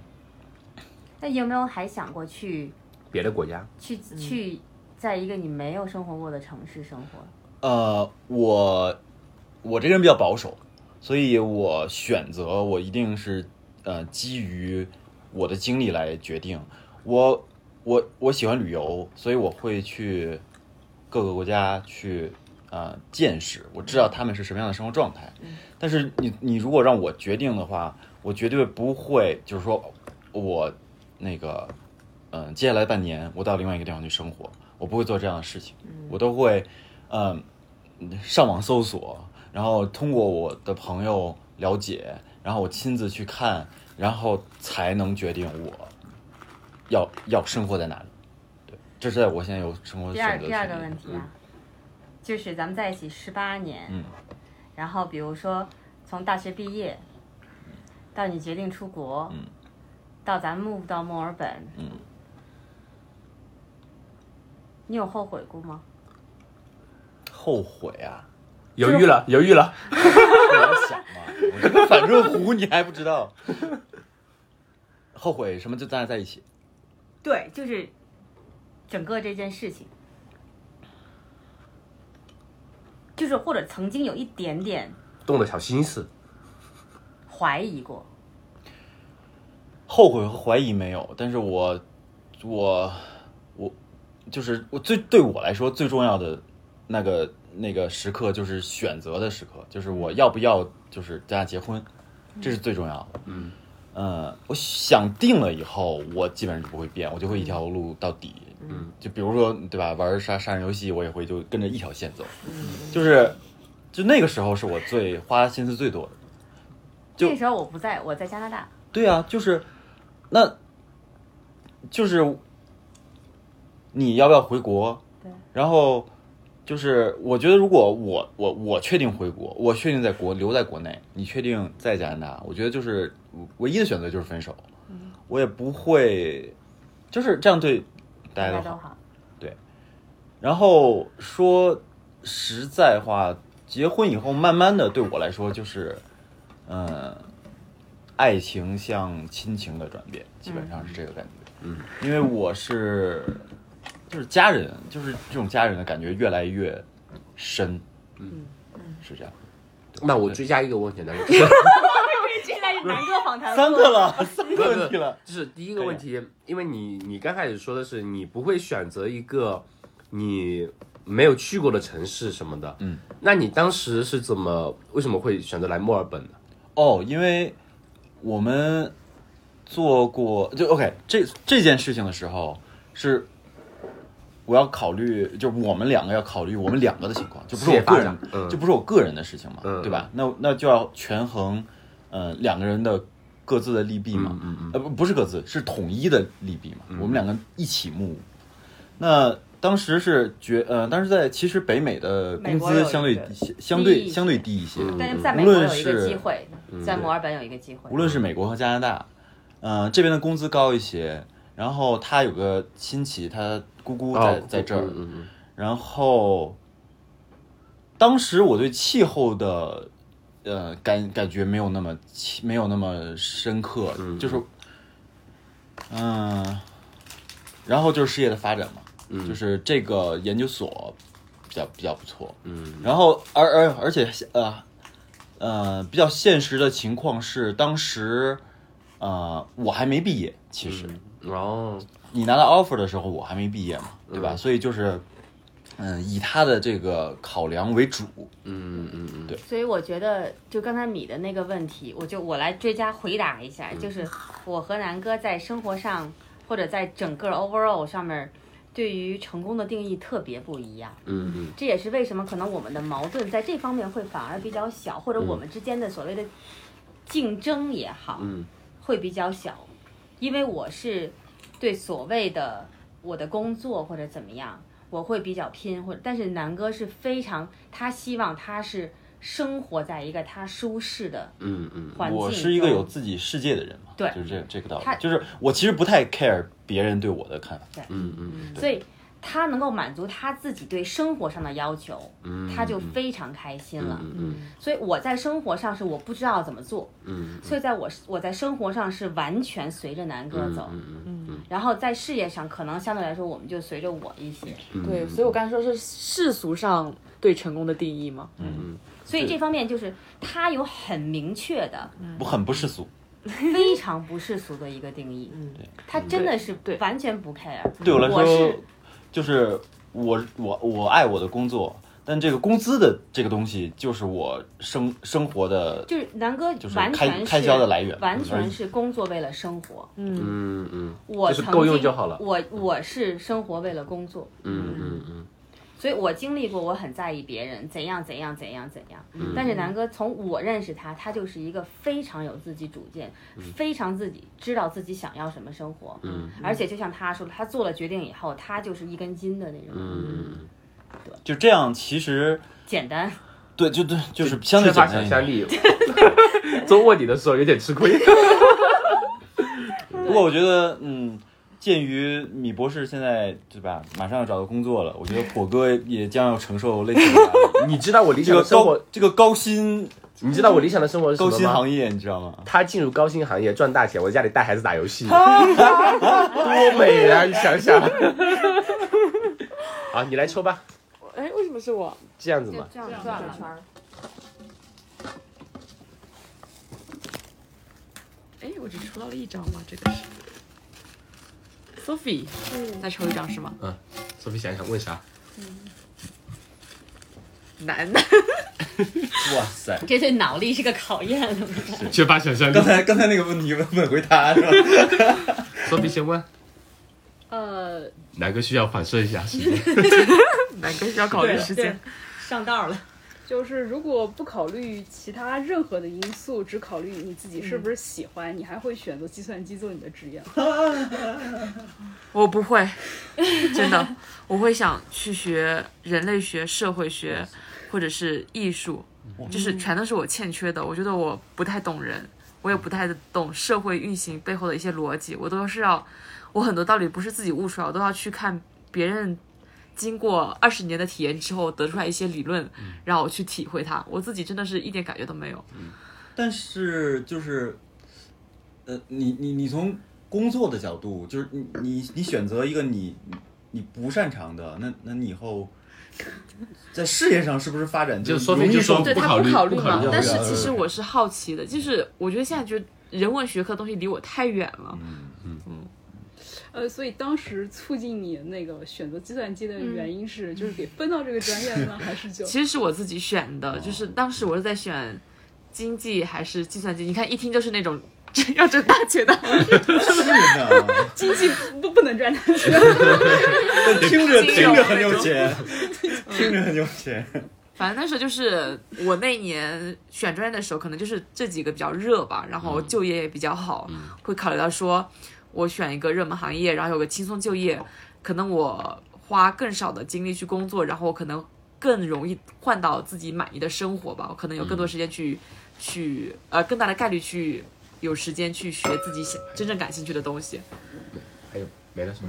Speaker 5: 那有没有还想过去
Speaker 1: 别的国家，
Speaker 5: 去去在一个你没有生活过的城市生活？
Speaker 8: 呃，我我这个人比较保守，所以我选择我一定是呃基于我的经历来决定。我我我喜欢旅游，所以我会去各个国家去呃见识，我知道他们是什么样的生活状态。
Speaker 5: 嗯
Speaker 8: 但是你你如果让我决定的话，我绝对不会就是说我那个嗯、呃接下来半年我到另外一个地方去生活，我不会做这样的事情，我都会。嗯，上网搜索，然后通过我的朋友了解，然后我亲自去看，然后才能决定我要要生活在哪里。对，这是在我现在有生活
Speaker 5: 第二
Speaker 8: 选择的
Speaker 5: 第二个
Speaker 8: 权利
Speaker 5: 问题啊，就是咱们在一起十八年，
Speaker 8: 嗯
Speaker 5: 然后比如说从大学毕业到你决定出国，
Speaker 8: 嗯
Speaker 5: 到咱们 move 到墨尔本，
Speaker 8: 嗯，
Speaker 5: 你有后悔过吗？
Speaker 8: 后悔啊，
Speaker 1: 犹豫了，犹豫了，
Speaker 8: 我想嘛，我这个反正糊你还不知道，后悔什么？就咱俩在一起，
Speaker 5: 对，就是整个这件事情，就是或者曾经有一点点
Speaker 1: 动了小心思，
Speaker 5: 怀疑过，
Speaker 8: 后悔和怀疑没有，但是我我我就是我最对我来说最重要的那个那个时刻就是选择的时刻，就是我要不要就是咱俩结婚，这是最重要的。嗯，呃，我想定了以后，我基本上就不会变，我就会一条路到底。
Speaker 1: 嗯，
Speaker 8: 就比如说对吧，玩杀杀人游戏，我也会就跟着一条线走，就是就那个时候是我最花心思最多的。就
Speaker 5: 那时候我不在，我在加拿大，
Speaker 8: 对啊，就是，那，就是，你要不要回国？
Speaker 5: 对。
Speaker 8: 然后，就是我觉得，如果我我我确定回国，我确定在国留在国内，你确定在加拿大，我觉得就是唯一的选择就是分手。
Speaker 5: 嗯
Speaker 8: 我也不会，就是这样对大
Speaker 5: 大
Speaker 8: 家
Speaker 5: 家
Speaker 8: 都
Speaker 5: 都
Speaker 8: 好。
Speaker 5: 好，
Speaker 8: 然后说实在话，结婚以后，慢慢的对我来说就是，嗯、爱情向亲情的转变，基本上是这个感觉。
Speaker 1: 嗯，
Speaker 8: 因为我是就是家人，就是这种家人的感觉越来越深。
Speaker 1: 嗯
Speaker 8: 嗯，是这样。
Speaker 1: 那我追加一个问题， 难道
Speaker 5: 现在是南哥访谈
Speaker 8: 三个了，三个
Speaker 1: 不
Speaker 8: 问题了。啊
Speaker 1: 就是第一个问题，因为你你刚开始说的是你不会选择一个你没有去过的城市什么的，
Speaker 8: 嗯，
Speaker 1: 那你当时是怎么为什么会选择来墨尔本呢？
Speaker 8: 哦，因为我们做过就 OK 这这件事情的时候是。我要考虑，就我们两个要考虑我们两个的情况，就不是
Speaker 1: 事
Speaker 8: 我
Speaker 1: 业发
Speaker 8: 个
Speaker 1: 展
Speaker 8: 人，
Speaker 1: 嗯
Speaker 8: 就不是我个人的事情嘛，
Speaker 1: 嗯
Speaker 8: 对吧？那那就要权衡，呃，两个人的各自的利弊嘛，
Speaker 1: 嗯嗯
Speaker 8: 呃，不不是各自，是统一的利弊嘛，我们两个一起募。那当时是觉，呃，当时在其实北美的
Speaker 5: 美
Speaker 8: 工
Speaker 5: 国有一
Speaker 8: 资
Speaker 5: 个
Speaker 8: 相对低相
Speaker 5: 低
Speaker 8: 对
Speaker 5: 一
Speaker 8: 相对低一些，
Speaker 1: 嗯
Speaker 5: 但是在
Speaker 8: 无
Speaker 5: 美国
Speaker 8: 论
Speaker 5: 有一个
Speaker 8: 是嗯
Speaker 5: 机会，在墨尔本有一个机会
Speaker 8: 无。论是美国和加拿大，呃，这边的工资高一些。然后他有个亲戚，他姑姑在、
Speaker 1: 哦
Speaker 8: 在这儿
Speaker 1: 嗯。嗯嗯
Speaker 8: 然后，当时我对气候的呃感感觉没有那么清没有那么深刻，
Speaker 1: 嗯
Speaker 8: 就是嗯、然后就是事业的发展嘛，
Speaker 1: 嗯
Speaker 8: 就是这个研究所比较比较不错，
Speaker 1: 嗯
Speaker 8: 然后而而而且呃呃比较现实的情况是，当时呃我还没毕业，其实、
Speaker 1: 嗯，然后
Speaker 8: 你拿到 offer 的时候我还没毕业嘛，对吧？
Speaker 1: 嗯
Speaker 8: 所以就是嗯、以他的这个考量为主，
Speaker 1: 嗯嗯嗯，
Speaker 8: 对
Speaker 5: 所以我觉得，就刚才米的那个问题，我就我来追加回答一
Speaker 8: 嗯
Speaker 5: 下，就是我和南哥在生活上或者在整个 overall 上面，对于成功的定义特别不一样。
Speaker 1: 嗯嗯
Speaker 5: 这也是为什么可能我们的矛盾在这方面会反而比较小，或者
Speaker 8: 嗯
Speaker 5: 我们之间的所谓的竞争也好，
Speaker 1: 嗯
Speaker 5: 会比较小，因为我是对所谓的我的工作或者怎么样，我会比较拼，或者但是南哥是非常，他希望他是生活在一个他舒适的
Speaker 1: 嗯嗯，
Speaker 5: 环境中。
Speaker 8: 我是一个有自己世界的人嘛，
Speaker 5: 对
Speaker 8: 就是这这个道理
Speaker 5: 他，
Speaker 8: 就是我其实不太 care 别人对我的看法，
Speaker 1: 嗯嗯
Speaker 5: 所以他能够满足他自己对生活上的要求，他就非常开心了。
Speaker 1: 嗯
Speaker 5: 所以我在生活上是我不知道怎么做，
Speaker 1: 嗯
Speaker 5: 所以在我我在生活上是完全随着南哥走，
Speaker 1: 嗯
Speaker 5: 然后在事业上可能相对来说我们就随着我一些，
Speaker 1: 嗯，
Speaker 6: 对，所以我刚才说是世俗上对成功的定义嘛，
Speaker 5: 所以这方面就是他有很明确的、
Speaker 8: 我很不世俗。
Speaker 5: 非常不世俗的一个定义，他真的是
Speaker 6: 对
Speaker 5: 完全不 care。
Speaker 8: 对我来说
Speaker 5: 是，
Speaker 8: 就是我我我爱我的工作，但这个工资的这个东西就是我生生活的，
Speaker 5: 就是南哥
Speaker 8: 就是
Speaker 5: 完
Speaker 8: 开
Speaker 5: 全是
Speaker 8: 开销的来源
Speaker 5: 完
Speaker 8: 而
Speaker 5: 全
Speaker 8: 已
Speaker 5: 是工作为了生活。
Speaker 6: 嗯，
Speaker 1: 嗯嗯，
Speaker 5: 我
Speaker 1: 就是
Speaker 5: 曾
Speaker 1: 够用
Speaker 5: 经
Speaker 1: 就好了
Speaker 5: 我我是生活为了工作，
Speaker 1: 嗯嗯嗯
Speaker 5: 所以我经历过，我很在意别人怎样怎样怎样怎样。但是南哥从我认识他，他就是一个非常有自己主见，非常自己知道自己想要什么生活。
Speaker 1: 嗯
Speaker 5: 而且就像他说的，他做了决定以后，他就是一根筋的那种，
Speaker 1: 嗯，
Speaker 8: 就这样。其实
Speaker 5: 简单。
Speaker 8: 对，就对，就是相
Speaker 1: 缺
Speaker 8: 对
Speaker 1: 乏
Speaker 8: 简
Speaker 1: 想
Speaker 8: 单一
Speaker 1: 象
Speaker 8: 点。
Speaker 1: 力，做卧底的时候有点吃亏。
Speaker 8: 不过我觉得，嗯，鉴于米博士现在对吧，马上要找到工作了，我觉得火哥也将要承受类似的压力
Speaker 1: 你知道我理
Speaker 8: 这
Speaker 1: 想
Speaker 8: 个
Speaker 1: 的生
Speaker 8: 高
Speaker 1: 活，
Speaker 8: 这个高薪
Speaker 1: 你知道我理想的生活是
Speaker 8: 高
Speaker 1: 什
Speaker 8: 薪
Speaker 1: 么吗？
Speaker 8: 行业，你知道吗？
Speaker 1: 他进入高薪行业赚大钱，我在家里带孩子打游戏，多美啊！你想想，好，你来抽吧，
Speaker 6: 哎，为什么是我？
Speaker 1: 这样子嘛，
Speaker 5: 这样
Speaker 2: 转
Speaker 5: 转
Speaker 2: 圈儿，
Speaker 6: 哎，我只抽到了一张吗？这个是嗯 Sophie，再抽一张是吗？
Speaker 1: 索菲想想问啥？
Speaker 6: 男的，
Speaker 8: 哇塞！
Speaker 5: 这对脑力是个考验了。
Speaker 1: 缺乏想象力
Speaker 8: 刚。才刚才那个问题问问回他是吧？
Speaker 1: 索菲先问，
Speaker 5: 呃，
Speaker 1: 哪个需要反射一下时间？
Speaker 6: 男哥需要考虑时间。
Speaker 5: 上道了。
Speaker 9: 就是如果不考虑其他任何的因素，只考虑你自己是不是喜欢，你还会选择计算机做你的职业吗？
Speaker 6: 我不会，真的，我会想去学人类学、社会学，或者是艺术，就是全都是我欠缺的。我觉得我不太懂人，我也不太懂社会运行背后的一些逻辑，我都是要，我很多道理不是自己悟出来，我都要去看别人。经过二十年的体验之后，得出来一些理论，
Speaker 1: 嗯
Speaker 6: 让我去体会它。我自己真的是一点感觉都没有。
Speaker 8: 但是就是，呃，你你你从工作的角度，就是你你你选择一个你你不擅长的，那那你以后在事业上是不是发展
Speaker 1: 就说
Speaker 8: 容
Speaker 1: 明
Speaker 8: 易
Speaker 1: 就说不
Speaker 8: 受
Speaker 6: 对他
Speaker 1: 考虑
Speaker 6: 考
Speaker 1: 不考呃
Speaker 6: 嘛
Speaker 1: 虑。
Speaker 6: 但是其实我是好奇的，就是我觉得现在觉得人文学科的东西离我太远了。
Speaker 9: 呃，所以当时促进你那个选择计算机的原因是，就是给分到这个专业了呢，还是就
Speaker 6: 其实是我自己选的，就是当时我是在选经济还是计算机，你看一听就是那种 要挣大钱的，
Speaker 8: 是呢？
Speaker 9: 经济不不能赚大钱？
Speaker 8: 但 听着
Speaker 6: 金融
Speaker 8: 听着很有钱，听着很有钱。
Speaker 6: 反正那时候就是我那年选专业的时候，可能就是这几个比较热吧，然后就业也比较好，会考虑到说我选一个热门行业，然后有个轻松就业，可能我花更少的精力去工作，然后我可能更容易换到自己满意的生活吧，我可能有更多时间去、去呃更大的概率去有时间去学自己想真正感兴趣的东西。
Speaker 1: 还有没了是吗？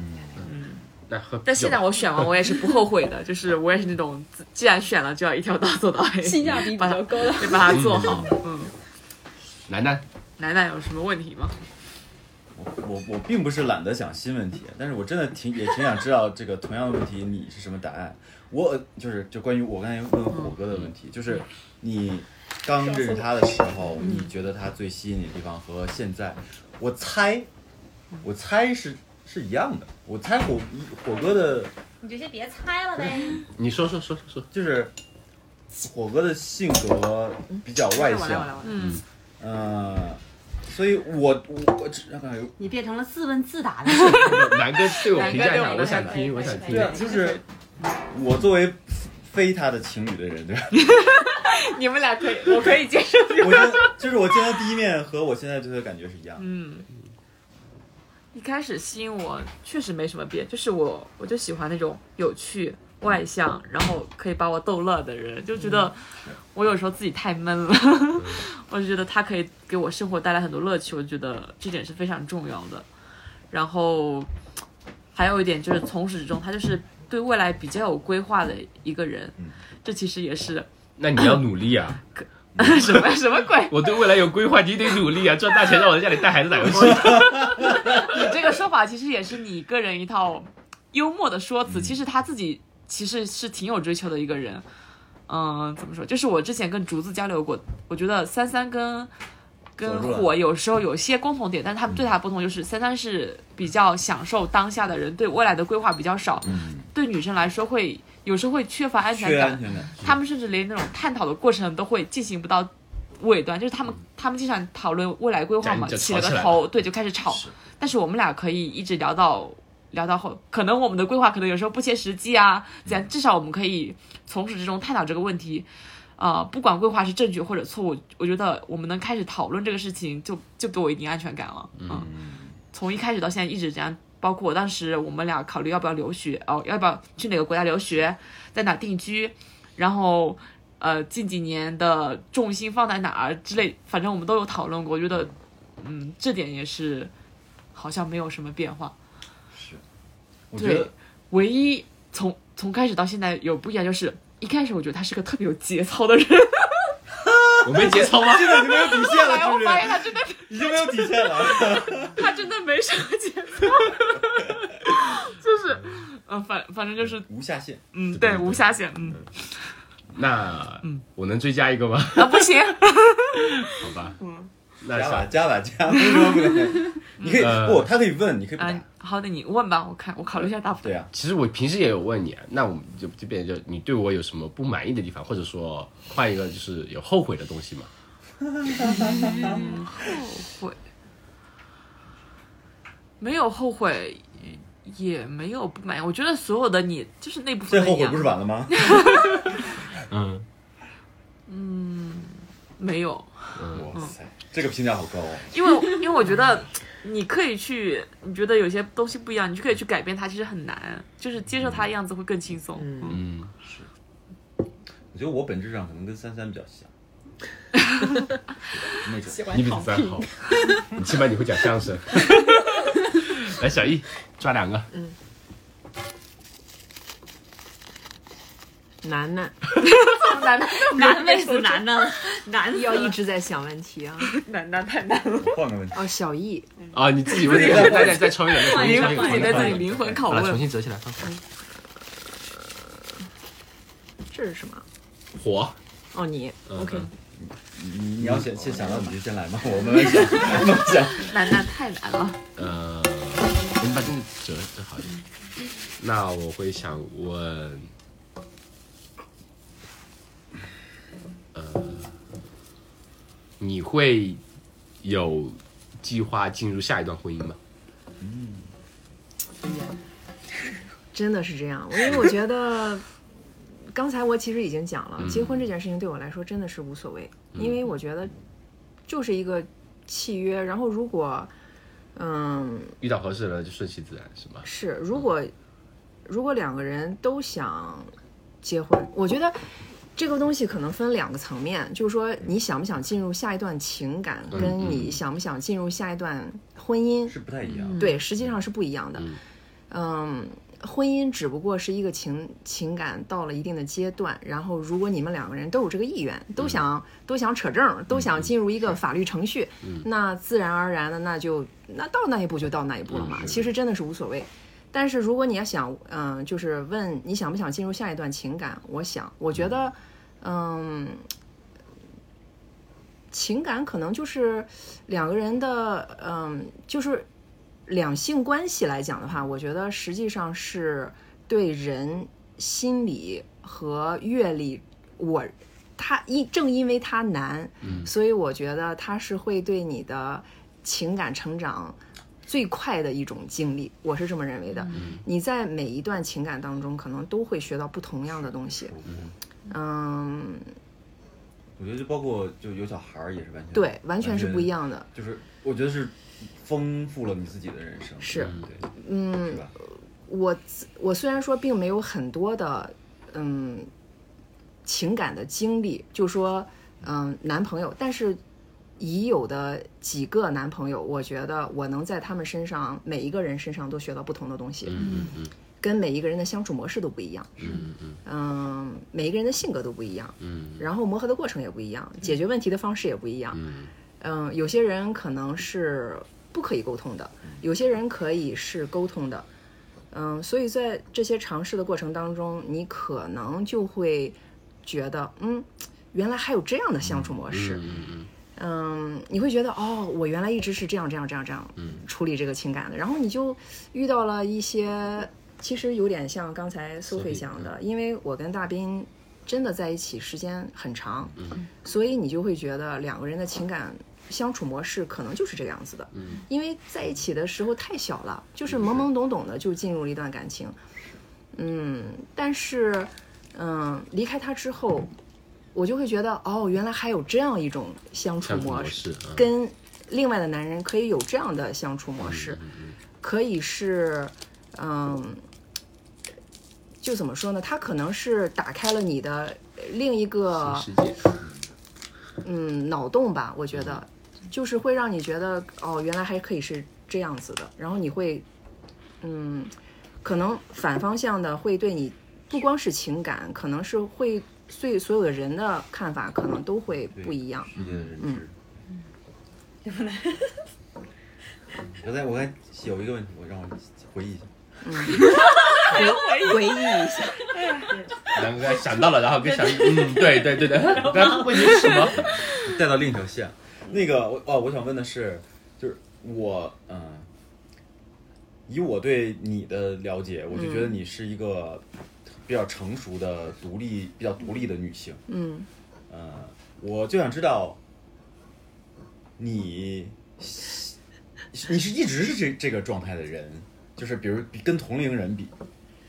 Speaker 1: 嗯，那喝。
Speaker 6: 但现在我选完，我也是不后悔的， 就是我也是那种自既然选了就要一条道走到 黑，
Speaker 9: 性价比比较高的。
Speaker 6: 就把它做好，嗯。
Speaker 1: 楠楠，
Speaker 6: 楠楠有什么问题吗？
Speaker 8: 我我并不是懒得想新问题，但是我真的挺也挺想知道这个同样的问题你是什么答案。我就是就关于我刚才问火哥的问题，就是你刚认识他的时候，你觉得他最吸引你的地方和现在，我猜，我猜是是一样的。我猜火火哥的，
Speaker 5: 你就先别猜了呗。
Speaker 1: 你说说说说说，
Speaker 8: 就是火哥的性格比较外向，
Speaker 6: 嗯，
Speaker 8: 呃，所以我我我只哎呦
Speaker 5: 你变成了自问自答的。
Speaker 1: 南哥对我评价一
Speaker 6: 南
Speaker 1: 下，
Speaker 6: 哥对我
Speaker 1: 我想听，我
Speaker 5: 评价
Speaker 1: 想
Speaker 8: 对
Speaker 1: 听。
Speaker 8: 啊，就是我作为非他的情侣的人，对吧？
Speaker 6: 你们俩可以，我可以接受。
Speaker 8: 我觉得就是我见他第一面和我现在对他的感觉是一样的。
Speaker 6: 嗯，一开始吸引我确实没什么变，就是我我就喜欢那种有趣、外向，然后可以把我逗乐的人，就觉得我有时候自己太闷了， 我就觉得他可以给我生活带来很多乐趣，我觉得这点是非常重要的。然后还有一点就是从始至终，他就是对未来比较有规划的一个人，这其实也是
Speaker 1: 那你要努力啊！
Speaker 6: 什么什么 鬼？
Speaker 1: 我对未来有规划，你得努力啊！赚大钱让我在家里带孩子打游 戏，
Speaker 6: 你 这个说法其实也是你个人一套幽默的说
Speaker 8: 嗯
Speaker 6: 辞。其实他自己其实是挺有追求的一个人。嗯，怎么说？就是我之前跟竹子交流过，我觉得三三跟跟
Speaker 8: 左若
Speaker 6: 火有时候有些共同点，但是他们最大的不同就是三三是比较享受当下的人，对未来的规划比较少。对女生来说会有时候会缺乏安全
Speaker 8: 嗯缺
Speaker 6: 感
Speaker 8: 安，全感。
Speaker 6: 他们甚至连那种探讨的过程都会进行不到尾端，就是他们他们经常讨论未来规划嘛，
Speaker 1: 嗯咱就
Speaker 6: 起了
Speaker 1: 吵
Speaker 6: 个
Speaker 1: 起来
Speaker 6: 头，对，就开始吵
Speaker 8: 是。
Speaker 6: 但是我们俩可以一直聊到聊到后，可能我们的规划可能有时候不切实际啊，
Speaker 1: 嗯
Speaker 6: 怎样？至少我们可以从始至终探讨这个问题。啊、不管规划是正确或者错误，我觉得我们能开始讨论这个事情就，就给我一定安全感了。嗯，从一开始到现在一直这样，包括我当时我们俩考虑要不要留学，哦，要不要去哪个国家留学，在哪定居，然后呃近几年的重心放在哪儿之类，反正我们都有讨论过。我觉得，嗯，这点也是好像没有什么变化。
Speaker 8: 我觉得
Speaker 6: 唯一从从开始到现在有不一样，就是一开始我觉得他是个特别有节操 的人，
Speaker 1: 我没节操吗？啊
Speaker 8: 现在已经没有底线了，
Speaker 6: 哎，
Speaker 8: 是
Speaker 6: 我
Speaker 8: 不
Speaker 6: 发现
Speaker 8: 是？
Speaker 6: 他真的
Speaker 8: 已经没有底线 了。
Speaker 6: 他真的没什么节操， 就是嗯、呃反反正就是
Speaker 8: 无下限，
Speaker 6: 嗯，对，无下限，嗯
Speaker 1: 那我能追加一个吗？
Speaker 6: 啊不行，
Speaker 1: 好吧，啊那
Speaker 8: 加吧
Speaker 1: 小
Speaker 8: 加吧加吧，为什么不能？你可以
Speaker 1: 呃
Speaker 8: 不，他可以问，你可以不
Speaker 6: 啊
Speaker 8: 答。，
Speaker 6: 好的，你问吧，我看我考虑一下答复。
Speaker 8: 对啊呀，
Speaker 1: 其实我平时也有问你，啊那我们就这边就你对我有什么不满意的地方，或者说换一个就是有后悔的东西吗？
Speaker 6: 后悔，没有后悔，也没有不满意。我觉得所有的你就是那部
Speaker 8: 这
Speaker 6: 分的
Speaker 8: 后
Speaker 6: 你
Speaker 8: 悔
Speaker 6: 啊
Speaker 8: 不是晚了吗？
Speaker 1: 嗯，
Speaker 6: 没有，嗯
Speaker 8: 哇塞，这个评价好高哦。
Speaker 6: 因为因为我 觉得你可以去，你觉得有些东西不一样，你就可以去改变它，其实很难，就是接受它的样子会更轻松。嗯，
Speaker 1: 嗯，
Speaker 8: 我觉得我本质上可能跟三三比较像，那种
Speaker 9: 喜欢
Speaker 1: 你比
Speaker 9: 躺
Speaker 1: 三
Speaker 9: 平
Speaker 1: 好，你起码你会讲相 声。来，小易抓两个，
Speaker 3: 楠 楠，
Speaker 5: 男男妹子男呢？
Speaker 3: 楠要一直在想问题啊。
Speaker 6: 难难太难了，
Speaker 8: 换个问题。
Speaker 3: 哦，小易，
Speaker 1: 啊，你自己问，再再再抽一个，再重新
Speaker 6: 灵
Speaker 1: 抽一个
Speaker 6: 自己对自己
Speaker 1: 好
Speaker 6: 灵魂
Speaker 1: 好
Speaker 6: 拷
Speaker 1: 了，重
Speaker 6: 问。
Speaker 1: 新折起来，放回来
Speaker 3: 这是什么？
Speaker 1: 火。
Speaker 3: 哦，你
Speaker 1: 嗯
Speaker 3: OK，
Speaker 1: 嗯
Speaker 8: 你你要先先想到你就先来嘛，我慢慢想，慢慢想。
Speaker 6: 难难太难了，
Speaker 1: 呃，我们把这个折折好一点。那我会想问，呃，你会有计划进入下一段婚姻吗？
Speaker 3: 真的是这样，因为我觉得。刚才我其实已经讲
Speaker 1: 嗯
Speaker 3: 了，结婚这件事情对我来说真的是无所谓，因为我觉得就是一个契约。然后如果，嗯，
Speaker 1: 遇到合适的就顺其自然，是吗？
Speaker 3: 是，如果如果两个人都想结婚，我觉得这个东西可能分两个层面，就是说你想不想进入下一段情感，
Speaker 1: 嗯
Speaker 3: 跟
Speaker 1: 嗯
Speaker 3: 你想不想进入下一段婚姻，
Speaker 8: 是不太一样。
Speaker 3: 对，实际上是不一样的。嗯，婚姻只不过是一个情情感到了一定的阶段，然后如果你们两个人都有这个意愿，都想、都想扯证，都想进入一个法律程序，那自然而然的那就那到那一步就到那一步了嘛。其实真的嗯是无所谓。但是如果你要想，嗯、就是问你想不想进入下一段情感，我想，我觉得，嗯，情感可能就是两个人的，嗯，就是两性关系来讲的话，我觉得实际上是对人心理和阅历，我他因正因为他难，所以我觉得他是会对你的情感成长。最快的一种经历，我是这么认为的。你在每一段情感当中，可能都会学到不同样的东西。嗯，
Speaker 8: 我觉得就包括就有小孩儿也是完全
Speaker 3: 对，完全是不一。样的。
Speaker 8: 就是我觉得是丰富了你自己的人生。
Speaker 3: 是
Speaker 8: 对，
Speaker 3: 嗯
Speaker 8: 是吧？
Speaker 3: 我自我虽然说并没有很多的嗯情感的经历，就说嗯男朋友，但是已有的几个男朋友，我觉得我能在他们身上每一个人身上都学到不同的东西，
Speaker 1: 嗯嗯
Speaker 3: 跟每一个人的相处模式都不一样，
Speaker 1: 嗯嗯
Speaker 3: 嗯，每一个人的性格都不一样，
Speaker 1: 嗯
Speaker 3: 然后磨合的过程也不一样，解决问题的方式也不一样，
Speaker 1: 嗯
Speaker 3: 嗯，有些人可能是不可以沟通的，
Speaker 1: 嗯
Speaker 3: 有些人可以是沟通的。嗯，所以在这些尝试的过程当中，你可能就会觉得，嗯，原来还有这样的相处模式。
Speaker 1: 嗯
Speaker 3: 嗯，你会觉得，哦，我原来一直是这样这样这样这样
Speaker 1: 嗯
Speaker 3: 处理这个情感的。然后你就遇到了一些，其实有点像刚才 Sophie
Speaker 1: Sophie，嗯
Speaker 3: 讲的，因为我跟大斌真的在一起时间很长，
Speaker 1: 嗯
Speaker 3: 所以你就会觉得两个人的情感相处模式可能就是这样子的。
Speaker 1: 嗯
Speaker 3: 因为在一起的时候太小了，就是懵懵懂懂的就进入了一段感情。嗯，但是，嗯，离开他之后，我就会觉得，哦，原来还有这样一种相处
Speaker 1: 相处
Speaker 3: 模
Speaker 1: 模
Speaker 3: 式，
Speaker 1: 式嗯
Speaker 3: 跟另外的男人可以有这样的相处模式，
Speaker 1: 嗯
Speaker 3: 可以是，嗯，就怎么说呢？他可能是打开了你的另一个
Speaker 1: 世界
Speaker 3: 嗯脑洞吧，我觉得，就是会让你觉得哦，原来还可以是这样子的，然后你会，嗯，可能反方向的会对你不光是情感，可能是会对所有的人的看法可能都会不一样。
Speaker 8: 世界的认知。嗯我在我还有一个问题，我让我回忆一下。
Speaker 3: 回忆一下，
Speaker 1: 南哥想到了，然后跟小易，嗯，对对对对，刚问你什么？
Speaker 8: 带到另一条线。那个我哦，我想问的是，就是我嗯、以我对你的了解，我就
Speaker 9: 嗯
Speaker 8: 觉得你是一个比较成熟的、独立、比较独立的女性。
Speaker 3: 嗯
Speaker 8: 呃，我就想知道你你是一直是这这个状态的人，就是比如比跟同龄人比，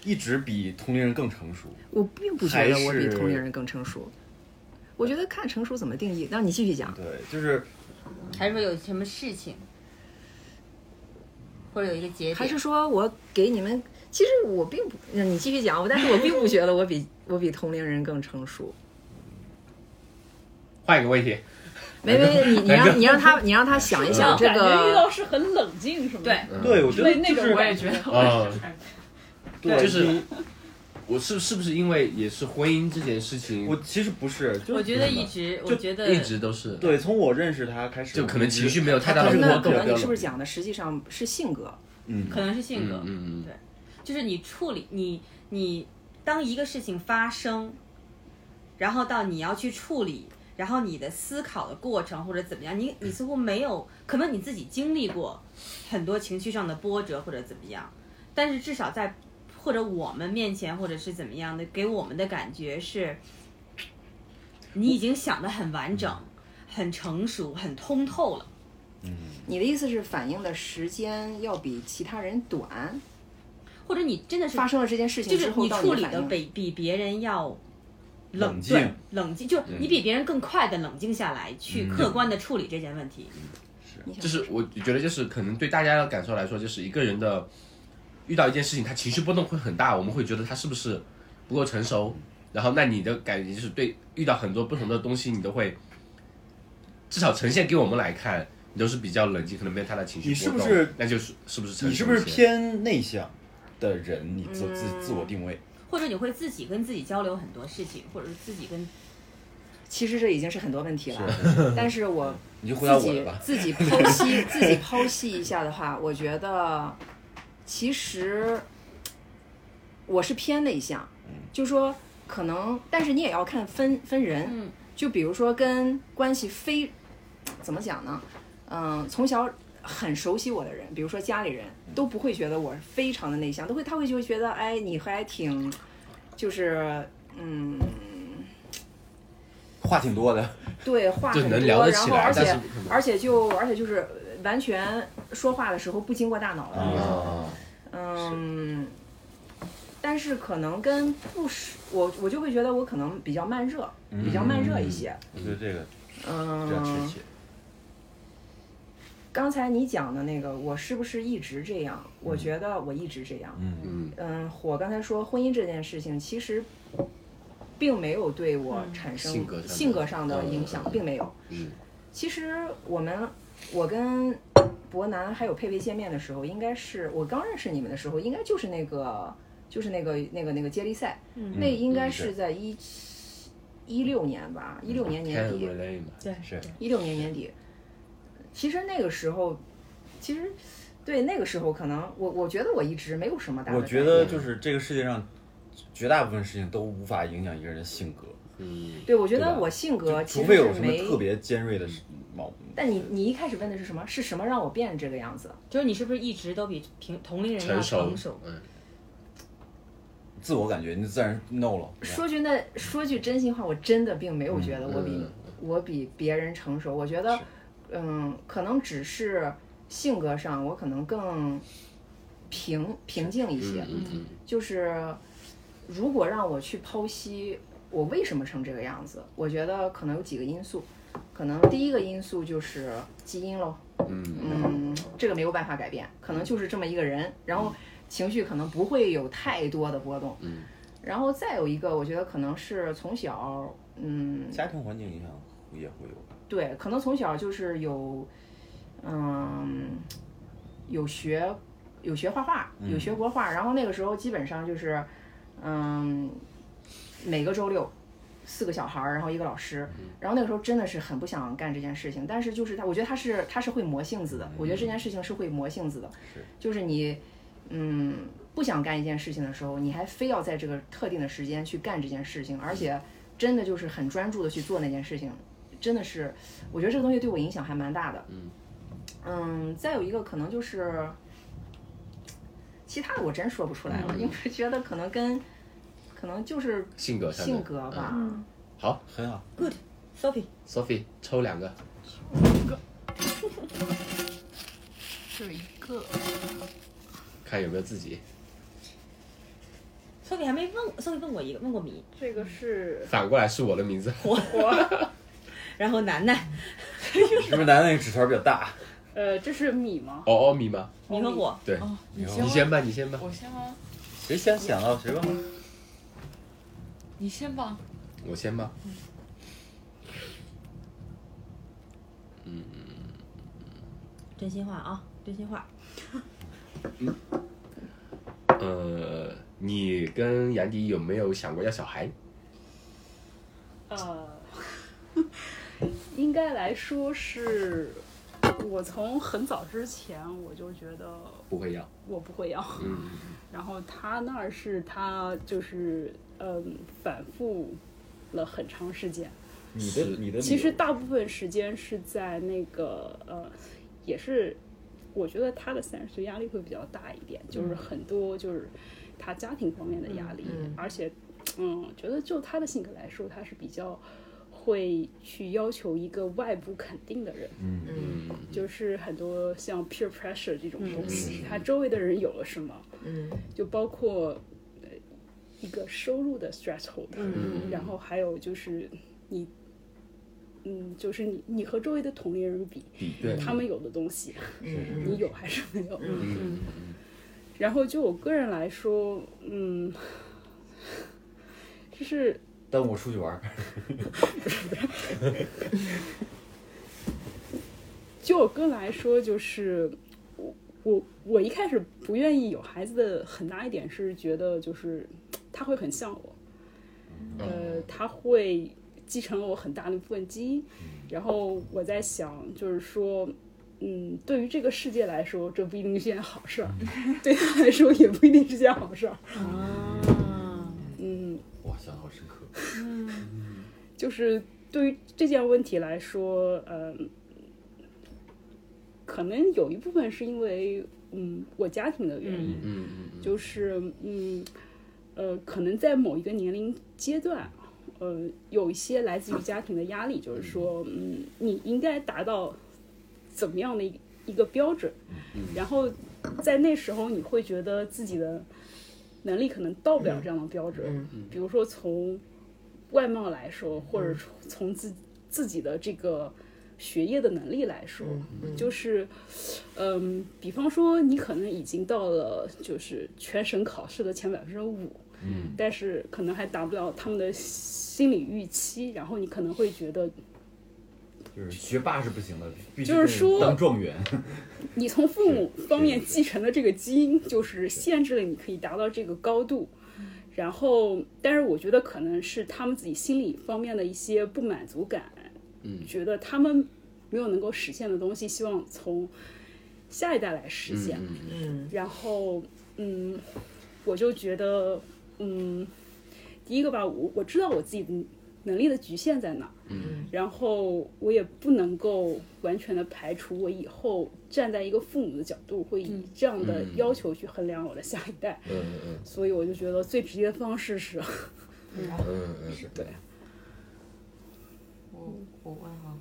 Speaker 8: 一直比同龄人更成熟。
Speaker 3: 我并不觉得我比
Speaker 8: 还是
Speaker 3: 同龄人更成熟，我觉得看成熟怎么定义。那你继续讲，
Speaker 8: 对，就是
Speaker 5: 还是说有什么事情，或者有一个节点，
Speaker 3: 还是说我给你们？其实我并不，那你继续讲，但是我并不觉得我比我比同龄人更成熟。
Speaker 1: 换一个问题，
Speaker 3: 没没，你你让你让他你让他想一 想这
Speaker 9: 感觉遇到
Speaker 3: 个，
Speaker 9: 是很冷静，是吗？
Speaker 5: 对，
Speaker 8: 对，我觉得
Speaker 9: 对，那
Speaker 8: 就是
Speaker 9: 个我也觉得，
Speaker 1: 嗯，
Speaker 8: 对
Speaker 1: 就是我是是不是因为也是婚姻这件事情，
Speaker 8: 我其实不是，就是
Speaker 5: 我觉得一直，我觉得
Speaker 1: 一直都是
Speaker 8: 对，从我认识他开始，
Speaker 1: 就可能情绪没有太大
Speaker 3: 但
Speaker 1: 的
Speaker 3: 是
Speaker 1: 波
Speaker 3: 那
Speaker 1: 动
Speaker 3: 可，能你是不是讲的实际上是性格？
Speaker 8: 嗯，
Speaker 5: 可能是性格，
Speaker 1: 嗯嗯嗯，
Speaker 5: 就是你处理你你当一个事情发生，然后到你要去处理，然后你的思考的过程或者怎么样，你你似乎没有，可能你自己经历过很多情绪上的波折或者怎么样，但是至少在或者我们面前或者是怎么样的，给我们的感觉是，你已经想得很完整、很成熟、很通透了。
Speaker 3: 你的意思是反应的时间要比其他人短？
Speaker 5: 或者你真的是
Speaker 3: 发生了这件事
Speaker 5: 就
Speaker 3: 情之
Speaker 5: 是
Speaker 3: 后
Speaker 5: 你
Speaker 3: 到
Speaker 5: 处
Speaker 3: 的
Speaker 5: 理
Speaker 3: 反
Speaker 5: 的
Speaker 3: 应，
Speaker 5: 比比别人要
Speaker 8: 冷
Speaker 5: 对
Speaker 8: 静，
Speaker 5: 冷静，就是你比别人更快的冷静下来，去客观的处理这件问题。
Speaker 3: 你想
Speaker 1: 就是我觉得就是可能对大家的感受来说，就是一个人的遇到一件事情，他情绪波动会很大，我们会觉得他是不是不够成熟，然后那你的感觉就是对遇到很多不同的东西，你都会至少呈现给我们来看，你都是比较冷静，可能没有他的情绪
Speaker 8: 你是
Speaker 1: 波动，
Speaker 8: 不是
Speaker 1: 那就是是嗯不是成熟
Speaker 8: 你是不是
Speaker 1: 一些
Speaker 8: 偏内向的人？你自
Speaker 3: 嗯
Speaker 8: 自自我定位，
Speaker 5: 或者你会自己跟自己交流很多事情，或者是自己跟
Speaker 3: 其实这已经是很多问题了， 但是我
Speaker 8: 你就回答
Speaker 3: 自
Speaker 8: 我
Speaker 3: 己
Speaker 8: 的吧。
Speaker 3: 自己剖析自己剖析一下的话，我觉得其实我是偏内向，
Speaker 1: 嗯
Speaker 3: 就说可能，但是你也要看分分人，
Speaker 5: 嗯
Speaker 3: 就比如说跟关系非怎么讲呢？嗯，从小很熟悉我的人，比如说家里人
Speaker 1: 嗯
Speaker 3: 都不会觉得我非常的内向，都会他会就会觉得，哎，你还挺就是嗯。
Speaker 8: 话挺多的，
Speaker 3: 对，话
Speaker 1: 就
Speaker 3: 很
Speaker 1: 能
Speaker 3: 多，
Speaker 1: 聊得
Speaker 3: 然
Speaker 1: 起
Speaker 3: 后
Speaker 1: 来
Speaker 3: 而
Speaker 1: 但是
Speaker 3: 且
Speaker 1: 不可能
Speaker 3: 而且就而且就是呃完全说话的时候不经过大脑的那种，
Speaker 8: 啊
Speaker 3: 嗯。但嗯是可能跟不是我，我就会觉得我可能比较慢热，嗯
Speaker 8: 嗯
Speaker 3: 比较慢热一些，
Speaker 8: 我觉得这个比较贴
Speaker 3: 嗯，
Speaker 8: 切。
Speaker 3: 刚才你讲的那个，我是不是一直这样？我觉得我一直这样。
Speaker 8: 嗯
Speaker 9: 嗯
Speaker 3: 嗯，我刚才说婚姻这件事情，其实并没有对我产生
Speaker 1: 性格上的
Speaker 3: 性格上的影响，并没有。
Speaker 1: 嗯，
Speaker 3: 其实我们，我跟伯南还有佩佩见面的时候，应该是我刚认识你们的时候，应该就是那个，就是那个那个那个接力赛，
Speaker 5: 嗯
Speaker 3: 那应该
Speaker 8: 嗯
Speaker 3: 是在一一六年吧，一六年年底，
Speaker 1: relate 嘛，
Speaker 5: 对
Speaker 8: 是
Speaker 3: 一六年年底，其实那个时候，其实对那个时候，可能我我觉得我一直没有什么大的
Speaker 8: 我
Speaker 3: 改
Speaker 8: 觉
Speaker 3: 变，
Speaker 8: 得就是这个世界上绝大部分事情都无法影响一个人的性格，
Speaker 1: 嗯，
Speaker 3: 对我觉
Speaker 8: 对
Speaker 3: 得
Speaker 8: 吧
Speaker 3: 我性格其
Speaker 8: 除
Speaker 3: 实
Speaker 8: 非
Speaker 3: 是
Speaker 8: 有什么
Speaker 3: 没。
Speaker 8: 特别尖锐的事毛病。
Speaker 3: 但你你一开始问的是什么？是什么让我变这个样子？
Speaker 5: 就是你是不是一直都比平同龄人要
Speaker 1: 成熟
Speaker 5: 成熟，？
Speaker 1: 嗯，
Speaker 8: 自我感觉你自然 no 了，对吧
Speaker 3: 说句那说句真心话，我真的并没有觉得我比、
Speaker 1: 嗯
Speaker 3: 我比别人成熟。我觉得
Speaker 8: 是，
Speaker 3: 嗯，可能只是性格上我可能更平平静一些。
Speaker 1: 嗯嗯
Speaker 3: 就是如果让我去剖析我为什么成这个样子，我觉得可能有几个因素。可能第一个因素就是基因喽，
Speaker 1: 嗯
Speaker 3: 嗯，这个没有办法改变，可能就是这么一个人，然后情绪可能不会有太多的波动，
Speaker 1: 嗯，
Speaker 3: 然后再有一个，我觉得可能是从小，嗯，
Speaker 8: 家庭环境影响也会有吧。
Speaker 3: 对，可能从小就是有，嗯，有学有学画画，有学国画，然后那个时候基本上就是，嗯，每个周六四个小孩儿，然后一个老师，然后那个时候真的是很不想干这件事情，但是就是他，我觉得他是他是会磨性子的，我觉得这件事情是会磨性子的，
Speaker 8: 是
Speaker 3: 就是你，嗯，不想干一件事情的时候，你还非要在这个特定的时间去干这件事情，而且真的就是很专注的去做那件事情，真的是，我觉得这个东西对我影响还蛮大的。
Speaker 1: 嗯
Speaker 3: 嗯再有一个可能就是，嗯其他的我真说不出来了，因为觉得可能跟，可能就是
Speaker 1: 性格上的
Speaker 3: 性格吧。
Speaker 1: 好
Speaker 8: 很好，
Speaker 5: ？Sophie，
Speaker 1: ，Sophie 抽两个，
Speaker 9: 就一个，
Speaker 1: 看有没有自己
Speaker 5: ，Sophie 还没问，Sophie 问我一个，问过米，
Speaker 9: 这个是
Speaker 1: 反过来是我的名字，
Speaker 5: 然后楠楠，
Speaker 8: 是不是男的那个纸团比较大？
Speaker 9: 呃，这是米吗？
Speaker 1: 哦哦米吗？
Speaker 5: 你和我，
Speaker 1: 对，
Speaker 8: 你
Speaker 6: 哦你
Speaker 8: 说
Speaker 1: 哦你先吧，你先吧，
Speaker 6: 我先吗？
Speaker 8: 谁先想到谁问？
Speaker 6: 你先吧。
Speaker 1: 我先吧。
Speaker 5: 真心话啊，真心话，
Speaker 1: 呃，你跟杨迪有没有想过要小孩？
Speaker 9: 呃，应该来说是，我从很早之前我就觉得
Speaker 1: 不会要。
Speaker 9: 我不会要，
Speaker 1: 嗯
Speaker 9: 然后他那儿是他就是嗯反复了很长时间，
Speaker 8: 你的
Speaker 1: 是
Speaker 8: 你的理由
Speaker 9: 其实大部分时间是在那个呃，也是我觉得他的三十岁压力会比较大一点，就是很多就是他家庭方面的压力，
Speaker 3: 嗯嗯嗯
Speaker 9: 而且嗯，觉得就他的性格来说，他是比较会去要求一个外部肯定的人，
Speaker 1: 嗯
Speaker 9: 就是很多像 peer pressure 这种东西，
Speaker 1: 嗯
Speaker 9: 他周围的人有了什么，
Speaker 3: 嗯
Speaker 9: 就包括呃一个收入的 threshold，
Speaker 1: 嗯
Speaker 9: 然后还有就是你，嗯，就是你你和周围的同龄人比，
Speaker 1: 比对
Speaker 9: 他们有的东西
Speaker 3: 嗯
Speaker 9: 你有还是没有？
Speaker 1: 嗯
Speaker 9: 然后就我个人来说，嗯， 就是
Speaker 8: 耽误我出去玩儿，
Speaker 9: 就我个人来说，就是我我我一开始不愿意有孩子的很大一点是觉得就是他会很像我，呃，他会继承了我很大的一部分基因，然后我在想就是说。嗯，对于这个世界来说，这不一定是件好事儿；对他来说，也不一定是件好事儿。嗯，
Speaker 8: 哇，想的好深刻。
Speaker 9: 就是对于这件问题来说，嗯，可能有一部分是因为嗯我家庭的原因，
Speaker 1: 嗯嗯
Speaker 9: 就是嗯呃，可能在某一个年龄阶段。呃，有一些来自于家庭的压力，就是说，嗯，你应该达到怎么样的一一个标准，
Speaker 3: 嗯
Speaker 9: 然后在那时候你会觉得自己的能力可能到不了这样的标准，
Speaker 3: 嗯
Speaker 9: 比如
Speaker 3: 嗯
Speaker 9: 说从外貌来说，或者从自自己的这个学业的能力来说，
Speaker 3: 嗯
Speaker 9: 就是，嗯，比方说你可能已经到了就是全省考试的前百分之五，嗯，但是可能还达不到他们的心理预期，然后你可能会觉得
Speaker 8: 就是学霸是不行的，必须
Speaker 9: 就是说
Speaker 8: 当状元。
Speaker 9: 你从父母方面继承的这个基因，就是限制了你可以达到这个高度。然后，但是我觉得可能是他们自己心理方面的一些不满足感，嗯，觉得他们没有能够实现的东西，希望从下一代来实现。
Speaker 3: 嗯
Speaker 9: 然后，嗯，我就觉得，嗯，第一个吧，我我知道我自己的能力的局限在哪，嗯，然后我也不能够完全的排除我以后站在一个父母的角度，会以这样的要求去衡量我的下一代，
Speaker 1: 嗯嗯
Speaker 9: 所以我就觉得最直接的方式是，
Speaker 1: 嗯 嗯，是对，
Speaker 2: 我我问哈，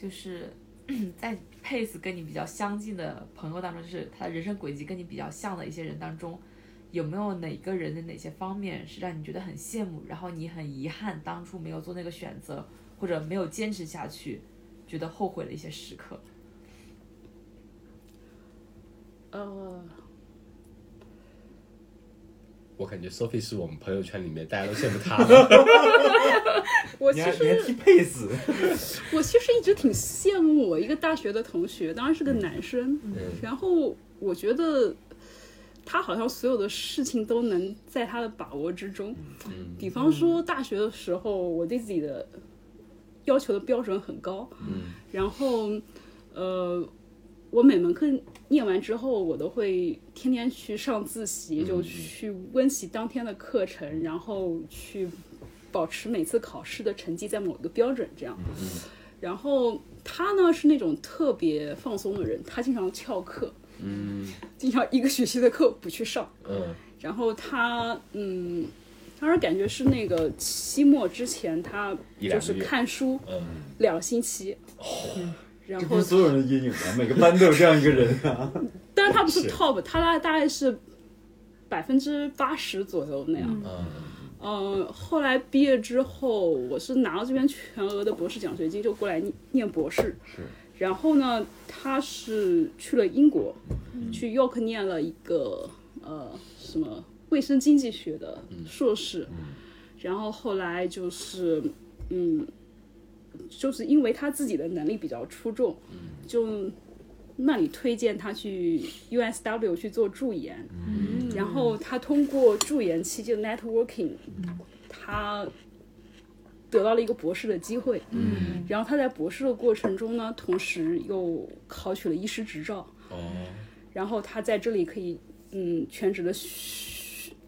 Speaker 2: 就是 在 pace 跟你比较相近的朋友当中，就是他的人生轨迹跟你比较像的一些人当中，有没有哪个人的哪些方面是让你觉得很羡慕，然后你很遗憾当初没有做那个选择，或者没有坚持下去，觉得后悔的一些时刻？
Speaker 9: 呃，
Speaker 1: 我感觉 Sophie 是我们朋友圈里面大家都羡慕 她的，
Speaker 9: 我
Speaker 8: 你
Speaker 9: 其
Speaker 8: 还
Speaker 9: 实
Speaker 8: 你还踢配死，
Speaker 9: 我其实一直挺羡慕我一个大学的同学，当然是个男生，然后我觉得他好像所有的事情都能在他的把握之中。比方说大学的时候，我对自己的要求的标准很高，然后呃，我每门课念完之后，我都会天天去上自习，就去温习当天的课程，然后去保持每次考试的成绩在某一个标准这样。然后他呢是那种特别放松的人，他经常翘课，嗯， 经常一个学期的课不去上，
Speaker 1: 嗯，
Speaker 9: 然后他嗯，当时感觉是那个期末之前他
Speaker 1: 一
Speaker 9: 就
Speaker 1: 两
Speaker 9: 是
Speaker 1: 个月
Speaker 9: 看书
Speaker 1: 嗯，
Speaker 9: 两星期，然
Speaker 8: 这不
Speaker 9: 后
Speaker 8: 是所有人的阴影啊吗？每个班都有这样一个人啊。
Speaker 9: 但是他不是
Speaker 1: 是
Speaker 9: top，他大大概是百分之八十左右那样。嗯后来毕业之后，我是拿到这边全额的博士奖学金，就过来念念博士。是。然后呢，他是去了英国，去 York 念了一个呃什么卫生经济学的硕士，然后后来就是嗯，就是因为他自己的能力比较出众，就那里推荐他去 USW 去做助研，然后他通过助研期间的 networking，他得到了一个博士的机会，然后他在博士的过程中呢，同时又考取了医师执照，
Speaker 1: 哦，
Speaker 9: 然后他在这里可以嗯全职的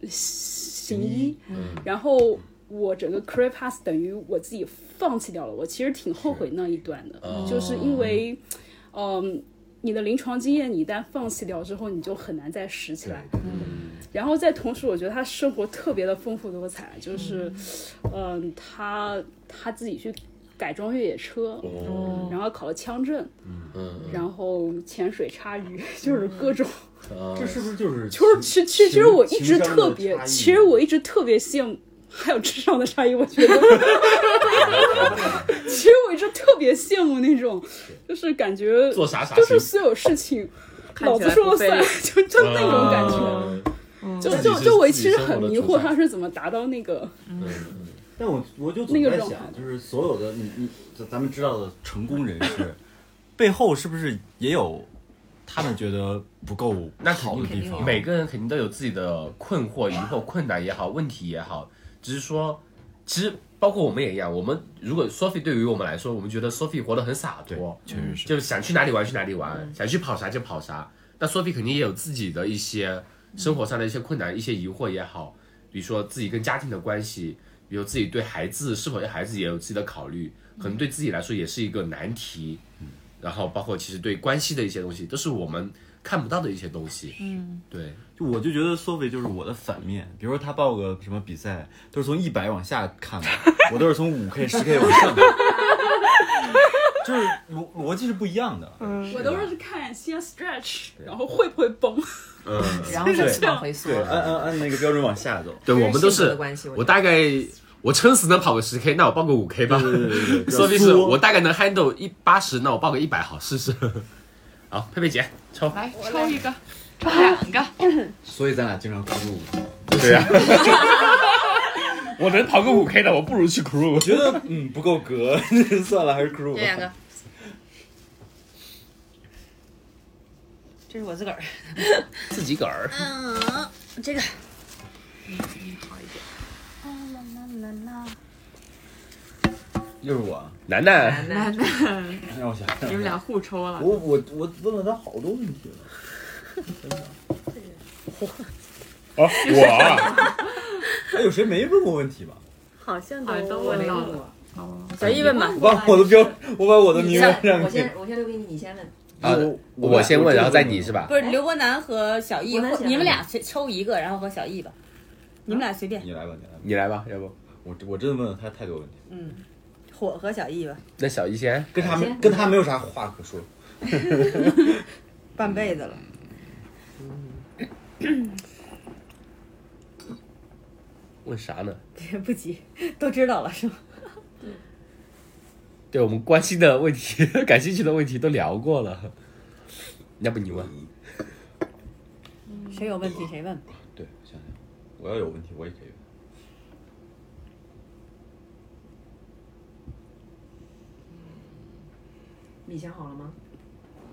Speaker 9: 行医，然后我整个 career path 等于我自己放弃掉了，我其实挺后悔那一段的，就是因为嗯。你的临床经验，你一旦放弃掉之后，你就很难再拾起来。然后在同时，我觉得他生活特别的丰富多彩，就是，嗯，他他自己去改装越野车，
Speaker 5: 嗯
Speaker 9: 然后考了枪证，
Speaker 1: 嗯
Speaker 9: 然后潜水、插鱼， 就是各种
Speaker 1: 嗯
Speaker 8: 这是不是就是
Speaker 9: 就是其其其实我一直特别
Speaker 8: 情商的，差异
Speaker 9: 其实我一直特别羡慕，还有智商的差异，我觉得， 其实我一直特别羡慕那种，就是感觉
Speaker 1: 做啥啥
Speaker 9: 就是
Speaker 1: 行
Speaker 9: 所有事情
Speaker 3: 看
Speaker 9: 老
Speaker 3: 起
Speaker 9: 子
Speaker 3: 来
Speaker 9: 说了
Speaker 3: 不费
Speaker 9: 算
Speaker 3: 力，
Speaker 9: 就就那种感觉。
Speaker 1: 嗯
Speaker 9: 就
Speaker 1: 自己
Speaker 9: 就是就我
Speaker 1: 自
Speaker 9: 其
Speaker 1: 己
Speaker 9: 实
Speaker 1: 生活
Speaker 9: 很
Speaker 1: 的
Speaker 9: 迷
Speaker 1: 主
Speaker 9: 惑，
Speaker 1: 宰
Speaker 9: 他是怎么达到那个
Speaker 8: 但我我就总
Speaker 9: 那个
Speaker 8: 在
Speaker 9: 状态
Speaker 8: 想，就是所有的你你咱咱们知道的成功人 士，背后是不是也有他们觉得不够
Speaker 1: 那
Speaker 8: 好的
Speaker 1: 肯定
Speaker 8: 地方？
Speaker 1: 每个人肯定都有自己的困惑、疑惑、困难也好，问题也好，只是说，其实包括我们也一样。我们如果 Sophie 对于我们来说，我们觉得 Sophie 活得很洒脱，
Speaker 8: 确实是。嗯
Speaker 1: 就是想去哪里玩去哪里玩，想去跑啥就跑啥。那 Sophie 肯定也有自己的一些生活上的一些困难、一些疑惑也好，比如说自己跟家庭的关系，比如自己对孩子是否要孩子也有自己的考虑，可能对自己来说也是一个难题。
Speaker 8: 嗯
Speaker 1: 然后包括其实对关系的一些东西，都是我们看不到的一些东西。嗯，对。
Speaker 8: 就我就觉得 Sophie 就是我的反面，比如说他报个什么比赛，都是从一百往下 看的，我都是从五 K、十 K 往上看，就是逻逻辑是不一样的。
Speaker 9: 我都是看先 stretch，然后会不会崩。
Speaker 3: 然后
Speaker 8: 对
Speaker 3: 再往回缩
Speaker 8: 对，，按按按那个标准往下走。
Speaker 1: 对，我们都
Speaker 3: 性格
Speaker 1: 是
Speaker 3: 的关系我觉得
Speaker 1: 我大概我撑死能跑个十 K，那我报个五 K 吧。 说不定是我大概能 handle 一八十，那我报个一百好试试。 好，佩佩姐抽，
Speaker 2: 来抽一个，抽两个，
Speaker 8: 所以咱俩经常孤独。
Speaker 1: 对 呀、我能跑个五 K 的，我不如去 crew。
Speaker 8: 觉得嗯不够格， 算了，还是 crew 吧。
Speaker 5: 这两个，这是我自个儿。
Speaker 1: 自己个儿，
Speaker 5: 嗯，这个，嗯，好一点。啦啦啦啦啦，
Speaker 8: 又是我啊，
Speaker 1: 楠楠，
Speaker 6: 楠楠，
Speaker 8: 让我想想。
Speaker 6: 你们俩互抽了。
Speaker 8: 我我我问了他好多问题了。
Speaker 1: 哦，我啊
Speaker 8: 哎，有谁没问过问题吗？
Speaker 5: 好像
Speaker 6: 好像都问到了。哦，
Speaker 3: 随意问吧。
Speaker 8: 我把我的标，我把我的名
Speaker 3: 先
Speaker 8: 额让
Speaker 3: 我
Speaker 8: 给
Speaker 3: 先我先留给你，你先问。
Speaker 1: 啊，我先问，然后再你是？吧
Speaker 5: 不？是刘伯南和小易，
Speaker 3: 我能
Speaker 5: 或
Speaker 3: 想
Speaker 5: 你们俩谁抽一个，然后和小易吧，你们俩随便，
Speaker 8: 你来吧，你来吧。
Speaker 1: 你来吧，要不
Speaker 8: 我我真的问了他太多问题，
Speaker 5: 嗯，火和小易吧，
Speaker 1: 那小一先，
Speaker 8: 跟他
Speaker 3: 先
Speaker 8: 没跟他没有啥话可说。
Speaker 5: 半辈子了。
Speaker 1: 问啥呢？
Speaker 5: 不急，都知道了是吗？
Speaker 1: 对我们关心的问题、 感兴趣的问题都聊过了，要不你问？
Speaker 5: 谁有问题谁问吧。
Speaker 8: 对，想想，我要有问题我也可以问。
Speaker 3: 你想好了吗？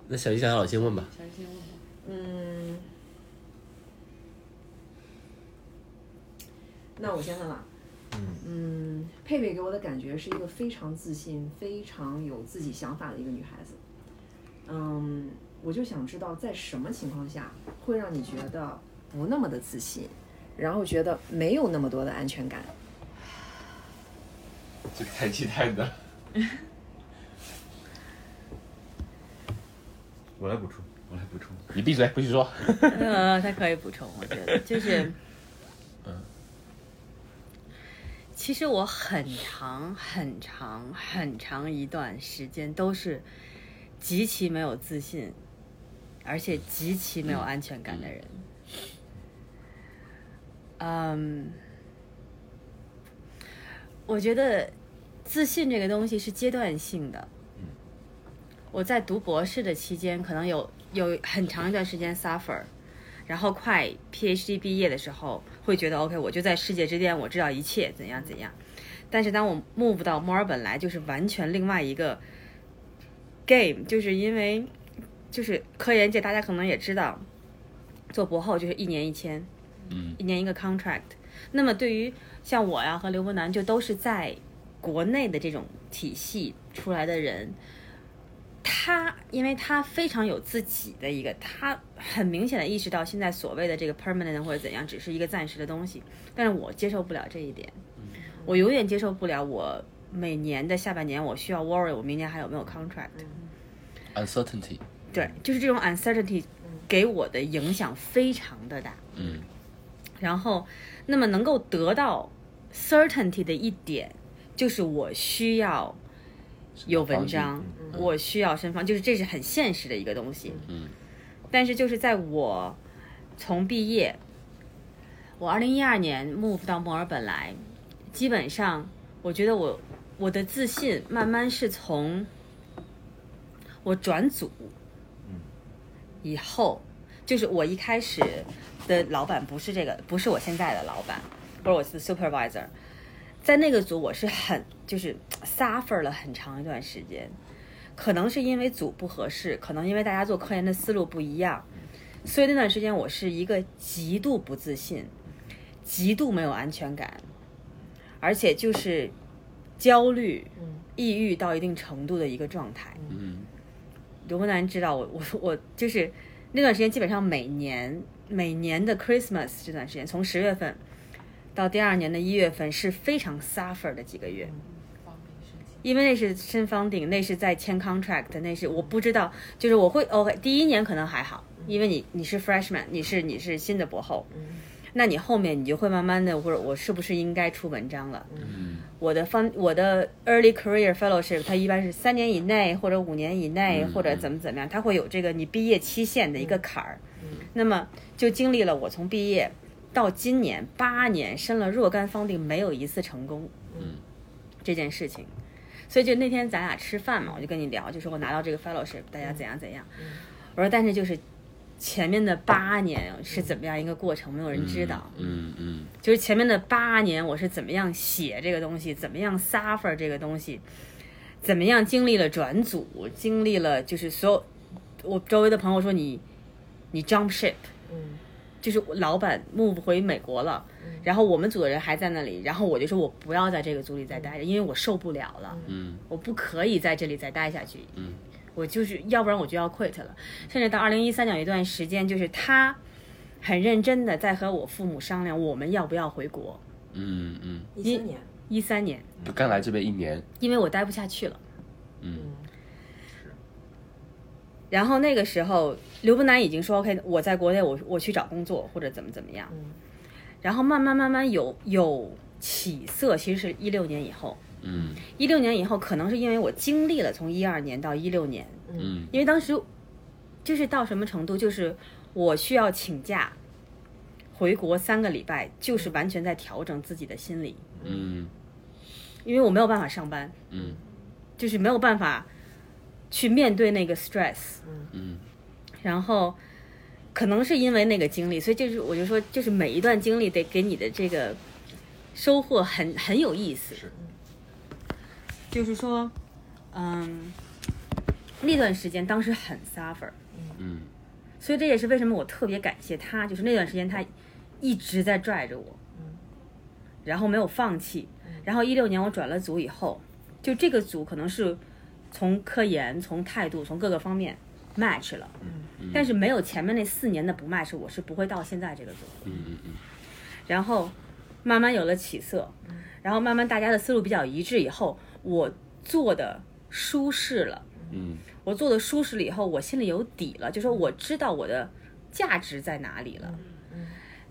Speaker 1: 那小一想想，我先问吧。
Speaker 3: 嗯，那我先问了。嗯，佩佩给我的感觉是一个非常自信、非常有自己想法的一个女孩子。嗯，我就想知道，在什么情况下会让你觉得不那么的自信，然后觉得没有那么多的安全感？
Speaker 1: 这个太期待的。
Speaker 8: 我来补充，我来补充。
Speaker 1: 你闭嘴，不许说。
Speaker 5: 呃，他可以补充，我觉得就是，嗯，其实我很长很长很长一段时间都是极其没有自信，而且极其没有安全感的人。嗯，我觉得自信这个东西是阶段性的。我在读博士的期间，可能有有很长一段时间 suffer，然后快 PhD 毕业的时候，会觉得 OK，我就在世界之巅，我知道一切怎样怎样。但是当我 move 到墨尔本来，就是完全另外一个 game，就是因为就是科研界大家可能也知道，做博后就是一年一签，嗯，一年一个 contract。那么对于像我呀和刘伯南，就都是在国内的这种体系出来的人，他因为他非常有自己的一个，他很明显的意识到现在所谓的这个 permanent 或者怎样，只是一个暂时的东西。但是我接受不了这一点，我永远接受不了我每年的下半年我需要 worry 我明年还有没有 contract。
Speaker 1: Uncertainty，
Speaker 5: 对，就是这种 uncertainty 给我的影响非常的大。
Speaker 1: 嗯，
Speaker 5: 然后，那么能够得到 certainty 的一点，就是我需要有文章，我需要身方，就是这是很现实的一个东西。
Speaker 1: 嗯，
Speaker 5: 但是就是在我从毕业，我二零一二年 move 到墨尔本来，基本上我觉得我我的自信慢慢是从我转组以后，就是我一开始的老板不是这个，不是我现在的老板，或者我是 supervisor，在那个组我是很就是 suffer 了很长一段时间，可能是因为组不合适，可能因为大家做科研的思路不一样，所以那段时间我是一个极度不自信，极度没有安全感，而且就是焦虑、抑郁到一定程度的一个状态。
Speaker 1: 嗯，
Speaker 5: 刘伯南知道我我我就是那段时间基本上每年每年的 Christmas 这段时间，从十月份到第二年的一月份是非常 suffer 的几个月，因为那是申方顶，那是在签 contract，那是我不知道，就是我会 OK，第一年可能还好，因为你你是 freshman，你是你是新的博后。那你后面你就会慢慢的，或者我是不是应该出文章了？我的方我的 early career fellowship，它一般是三年以内或者五年以内、或者怎么怎么样，它会有这个你毕业期限的一个坎儿。那么就经历了我从毕业到今年八年申了若干方定，没有一次成功。
Speaker 1: 嗯，
Speaker 5: 这件事情，所以就那天咱俩吃饭嘛，我就跟你聊，就说我拿到这个 fellowship，大
Speaker 1: 嗯
Speaker 5: 家怎样怎样。我说但是就是前面的八年是怎么样一个过程，没有人知道。
Speaker 1: 嗯嗯
Speaker 5: 就是前面的八年，我是怎么样写这个东西，怎么样 suffer 这个东西，怎么样经历了转组，经历了就是所有我周围的朋友说你你 jump ship，
Speaker 3: 嗯，
Speaker 5: 就是老板 move 回美国了，然后我们组的人还在那里，然后我就说我不要在这个组里再待着，因为我受不了了，
Speaker 1: 嗯
Speaker 5: 我不可以在这里再待下去，
Speaker 1: 嗯，
Speaker 5: 我就是要不然我就要 quit 了，甚至到二零一三年有一段时间，就是他很认真的在和我父母商量我们要不要回国，
Speaker 1: 嗯嗯
Speaker 3: 一三年，
Speaker 5: 一三年，
Speaker 1: 嗯，刚来这边一年，
Speaker 5: 因为我待不下去了。
Speaker 1: 嗯
Speaker 5: 然后那个时候，刘伯南已经说 OK，我在国内我我去找工作或者怎么怎么样。
Speaker 3: 嗯
Speaker 5: 然后慢慢慢慢有有起色，其实是一六年以后，
Speaker 1: 嗯
Speaker 5: 一六年以后可能是因为我经历了从一二年到一六年，
Speaker 1: 嗯
Speaker 5: 因为当时就是到什么程度，就是我需要请假回国三个礼拜，就是完全在调整自己的心理，
Speaker 1: 嗯
Speaker 5: 因为我没有办法上班，
Speaker 1: 嗯
Speaker 5: 就是没有办法去面对那个 stress。
Speaker 1: 嗯
Speaker 5: 然后可能是因为那个经历，所以就是我就说，就是每一段经历得给你的这个收获很很有意思。
Speaker 8: 是，
Speaker 5: 就是说，嗯，那段时间当时很 suffer，
Speaker 1: 嗯
Speaker 5: 所以这也是为什么我特别感谢他，就是那段时间他一直在拽着我，然后没有放弃。然后一六年我转了组以后，就这个组可能是从科研、从态度、从各个方面 match 了，但是没有前面那四年的不 match，我是不会到现在这个组。
Speaker 1: 嗯嗯
Speaker 5: 然后慢慢有了起色，然后慢慢大家的思路比较一致以后，我做的舒适了。
Speaker 1: 嗯
Speaker 5: 我做的舒适了以后，我心里有底了，就说我知道我的价值在哪里了。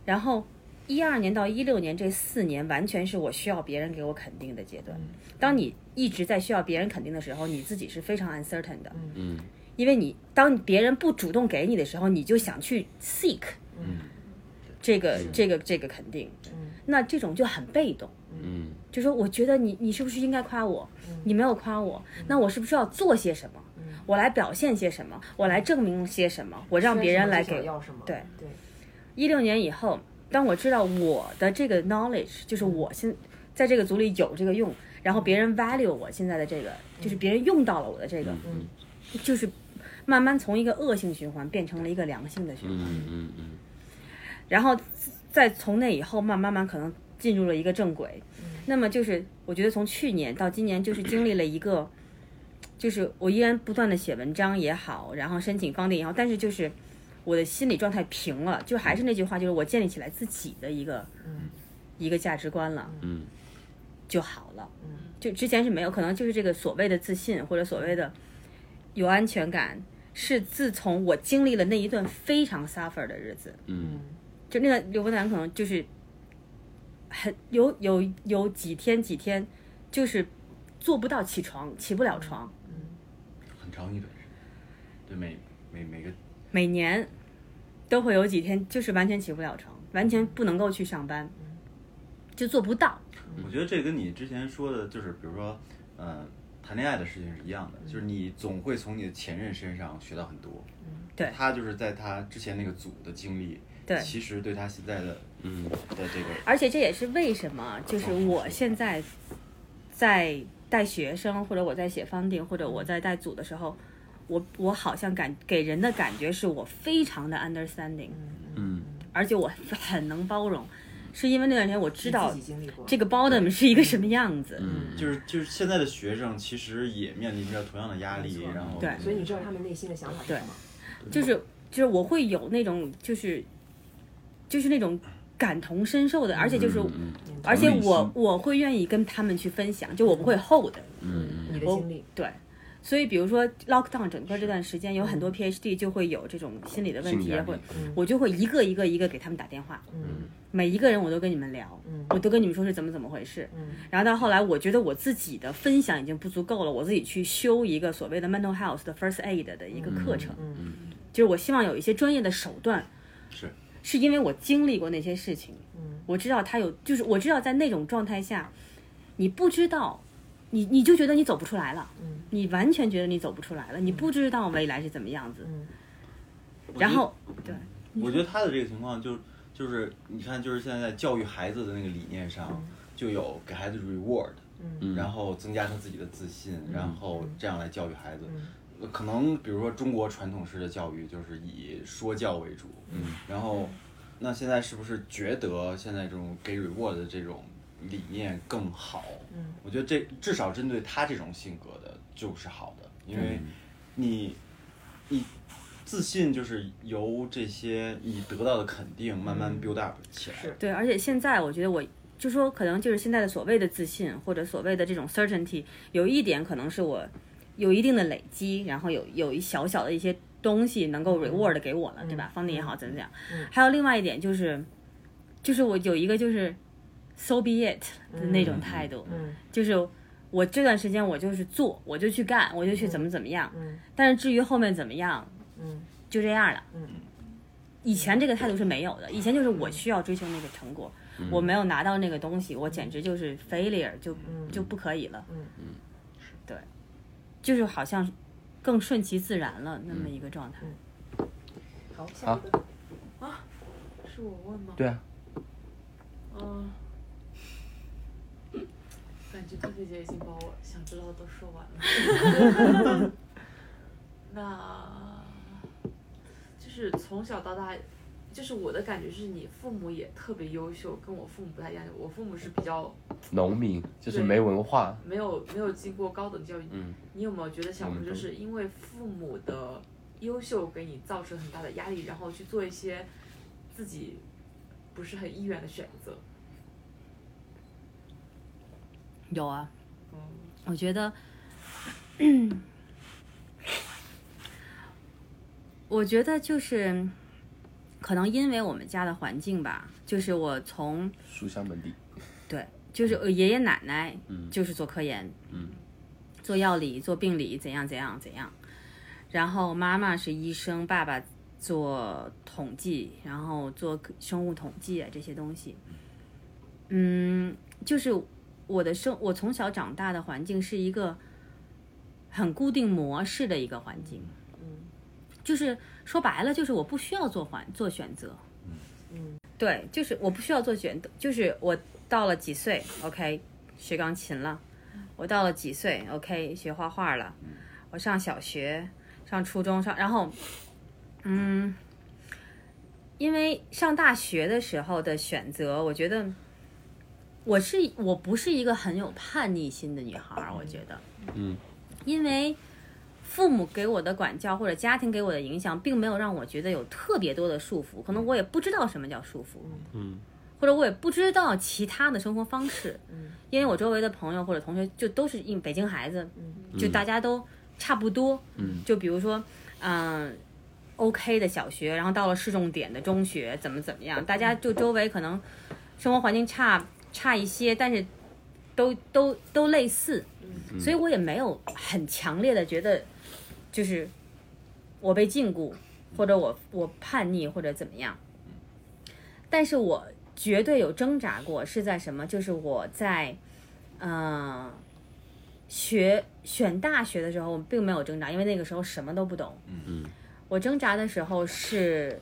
Speaker 5: 然后一二年到一六年这四年，完全是我需要别人给我肯定的阶段。当你一直在需要别人肯定的时候，你自己是非常 uncertain 的，
Speaker 1: 嗯
Speaker 5: 因为你当别人不主动给你的时候，你就想去 seek 这
Speaker 3: 嗯
Speaker 5: 个这个这个肯定，那这种就很被动。
Speaker 1: 嗯
Speaker 5: 就说我觉得你你是不是应该夸我？
Speaker 3: 嗯
Speaker 5: 你没有夸我，那我是不是要做些什么？我来表现些什么？我来证明些什么？我让别人来
Speaker 3: 缺什么就
Speaker 5: 给
Speaker 3: 想。要什么？
Speaker 5: 对
Speaker 3: 对，
Speaker 5: 一六年以后，当我知道我的这个 knowledge，就是我现在这个组里有这个用，然后别人 value 我现在的这个，就是别人用到了我的这个，
Speaker 1: 嗯
Speaker 5: 就是慢慢从一个恶性循环变成了一个良性的循环。
Speaker 1: 嗯嗯
Speaker 5: 然后再从那以后，慢慢慢可能进入了一个正轨。那么就是我觉得从去年到今年，就是经历了一个，就是我依然不断的写文章也好，然后申请方定也好，但是就是我的心理状态平了，就还是那句话，就是我建立起来自己的一个一个价值观了
Speaker 1: 嗯
Speaker 5: 就好了。就之前是没有，可能就是这个所谓的自信或者所谓的有安全感，是自从我经历了那一段非常 suffer 的日子，
Speaker 1: 嗯
Speaker 5: 就那个刘伯南可能就是很有有有几天几天就是做不到起床，起不了床。
Speaker 8: 很长一段时间，对每每每个
Speaker 1: 嗯
Speaker 5: 每年都会有几天就是完全起不了床，完全不能够去上班，就做不到。
Speaker 8: 我觉得这跟你之前说的，就是比如说，呃，谈恋爱的事情是一样的，就是你总会从你的前任身上学到很多。
Speaker 5: 对
Speaker 8: 他就是在他之前那个组的经历，
Speaker 5: 对
Speaker 8: 其实对他现在的
Speaker 1: 嗯
Speaker 8: 的这个，
Speaker 5: 而且这也是为什么，就是我现在在带学生，或者我在写方定，或者我在带组的时候，我我好像感给人的感觉是我非常的 understanding，
Speaker 1: 嗯
Speaker 5: 而且我很能包容，是因为那段时间我知道
Speaker 3: 自己经历过
Speaker 5: 这个 bottom 是一个什么样子。
Speaker 1: 嗯，
Speaker 8: 就是就是现在的学生其实也面临着同样的压力
Speaker 3: 没，错
Speaker 8: 然后
Speaker 5: 对
Speaker 3: 所以你知道他们内心的想法是
Speaker 5: 对
Speaker 3: 什么？
Speaker 5: 就是就是我会有那种就是就是那种感同身受的，而且就是、
Speaker 1: 嗯
Speaker 5: 而且
Speaker 8: 同理
Speaker 5: 我
Speaker 8: 心
Speaker 5: 我会愿意跟他们去分享，就我不会 hold 的。
Speaker 1: 嗯
Speaker 3: 你的
Speaker 5: 我
Speaker 3: 经历，
Speaker 5: 对，所以比如说 lockdown 整个这段时间，有
Speaker 3: 嗯
Speaker 5: 很多 PhD 就会有这种心理的问
Speaker 1: 心
Speaker 5: 题，
Speaker 1: 理压
Speaker 5: 也
Speaker 1: 力
Speaker 5: 会我就会一个一个一个给他们打电话，
Speaker 3: 嗯
Speaker 5: 每一个人我都跟你们聊，我都跟你们说是怎么怎么回事。然后到后来，我觉得我自己的分享已经不足够了，我自己去修一个所谓的 mental health 的 first aid 的一个课程，就是我希望有一些专业的手段。
Speaker 8: 是
Speaker 5: 是因为我经历过那些事情，我知道他有，就是我知道在那种状态下，你不知道，你你就觉得你走不出来了，你完全觉得你走不出来了，你不知道未来是怎么样子，然后
Speaker 8: 我觉得他的这个情况就就是你看，就是现在在教育孩子的那个理念
Speaker 3: 嗯
Speaker 8: 上，就有给孩子 reward，嗯，然后增加他自己的自信，然后这样来教育孩子。呃可能比如说中国传统式的教育就是以说教为主，嗯，然后那现在是不是觉得现在这种给 reward 的这种理念更好？嗯，我觉得这至少针对他这种性格的就是好的，因为你你自信就是由这些你得到的肯定慢慢 build up 起来。
Speaker 5: 对，而且现在我觉得我就说，可能就是现在的所谓的自信或者所谓的这种 certainty，有一点可能是我有一定的累积，然后有有一小小的一些东西能够 reward 给我了，对吧？方迪也好，怎么讲？还有另外一点就是，就是我有一个就是 so be it 的那种态度，就是。我这段时间我就是做，我就去干，我就去怎么怎么样。但是至于后面怎么样，就这样了。以前这个态度是没有的，以前就是我需要追求那个成果，我没有拿到那个东西，我简直就是 failure，就、就不可以了。嗯对，就是好像更顺其自然了那么一个状态。
Speaker 3: 好，下一个
Speaker 6: 是我问吗？
Speaker 1: 对啊，
Speaker 6: 嗯，感觉佩佩姐已经把我想知道的都说完了。 那就是从小到大，就是我的感觉是你父母也特别优秀，跟我父母不太一样。我父母是比较
Speaker 1: 农民就是
Speaker 6: 对
Speaker 1: 没文化，
Speaker 6: 没有没有经过高等教育。
Speaker 1: 嗯
Speaker 6: 你有没有觉得小
Speaker 1: 我
Speaker 6: 朋
Speaker 1: 们
Speaker 6: 友就
Speaker 1: 都
Speaker 6: 是因为父母的优秀给你造成很大的压力，然后去做一些自己不是很意愿的选择？
Speaker 5: 有啊，我觉得， 我觉得就是，可能因为我们家的环境吧，就是我从
Speaker 1: 书香门第，
Speaker 5: 对，就是我爷爷奶奶，
Speaker 1: 嗯
Speaker 5: 就是做科研，
Speaker 1: 嗯，
Speaker 5: 做药理、做病理，怎样怎样怎样。然后妈妈是医生，爸爸做统计，然后做生物统计啊这些东西。嗯，就是我的生，我从小长大的环境是一个很固定模式的一个环境。嗯，就是说白了，就是我不需要做环做选择。对，就是我不需要做选择，就是我到了几岁，OK，学钢琴了，我到了几岁，OK，学画画了，
Speaker 1: 嗯
Speaker 5: 我上小学、上初中、上，然后，嗯，因为上大学的时候的选择，我觉得我是我不是一个很有叛逆心的女孩儿，我觉得，
Speaker 1: 嗯，
Speaker 5: 因为。父母给我的管教或者家庭给我的影响，并没有让我觉得有特别多的束缚，可能我也不知道什么叫束缚，
Speaker 1: 嗯，
Speaker 5: 或者我也不知道其他的生活方式，因为我周围的朋友或者同学就都是应北京孩子，就大家都差不多，
Speaker 1: 嗯
Speaker 5: 就比如说，嗯、o k 的小学，然后到了市重点的中学，怎么怎么样，大家就周围可能生活环境差差一些，但是都都都类似，所以我也没有很强烈的觉得就是我被禁锢，或者我我叛逆或者怎么样，但是我绝对有挣扎过，是在什么？就是我在，呃，学选大学的时候，我并没有挣扎，因为那个时候什么都不懂。嗯
Speaker 1: 嗯。
Speaker 5: 我挣扎的时候是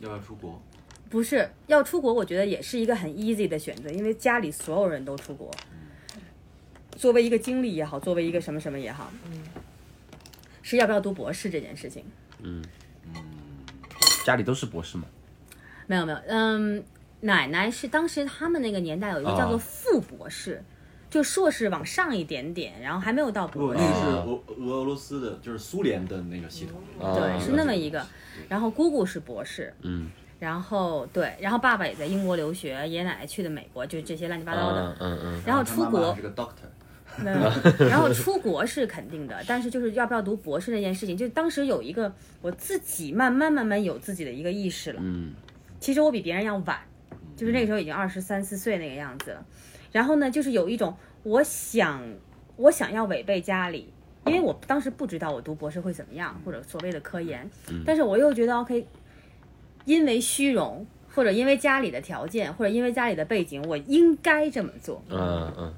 Speaker 8: 要不要出国？
Speaker 5: 不是要出国？我觉得也是一个很 easy 的选择，因为家里所有人都出国。作为一个经历也好，作为一个什么什么也好，是要不要读博士这件事情，
Speaker 8: 嗯
Speaker 1: 家里都是博士嘛，
Speaker 5: 没有没有，嗯，奶奶是当时他们那个年代有一个叫
Speaker 8: 啊
Speaker 5: 做
Speaker 1: 哦
Speaker 5: 副博士，就硕士往上一点点，然后还没有到
Speaker 8: 不，
Speaker 5: 博
Speaker 8: 哦那
Speaker 5: 士，
Speaker 8: 个是俄俄罗斯的，就是苏联的那个系统。
Speaker 5: 啊对，
Speaker 1: 啊
Speaker 5: 是那么一个。然后姑姑是博士，
Speaker 1: 嗯，
Speaker 5: 然后对，然后爸爸也在英国留学，爷爷奶奶去的美国，就这些乱七八糟的。
Speaker 1: 嗯嗯嗯，
Speaker 5: 然后
Speaker 8: 啊他
Speaker 5: 出
Speaker 8: 妈妈
Speaker 5: 国
Speaker 8: 是，个 doctor，
Speaker 5: 没 有然后出国是肯定的，但是就是要不要读博士这件事情，就当时有一个我自己慢慢慢慢有自己的一个意识了。
Speaker 1: 嗯
Speaker 5: 其实我比别人要晚，就是那个时候已经二十三四岁那个样子了。然后呢，就是有一种我想我想要违背家里，因为我
Speaker 1: 嗯
Speaker 5: 当时不知道我读博士会怎么样，或者所谓的科研，但是我又觉得 OK，因为虚荣，或者因为家里的条件，或者因为家里的背景，我应该这么做。
Speaker 1: 嗯嗯，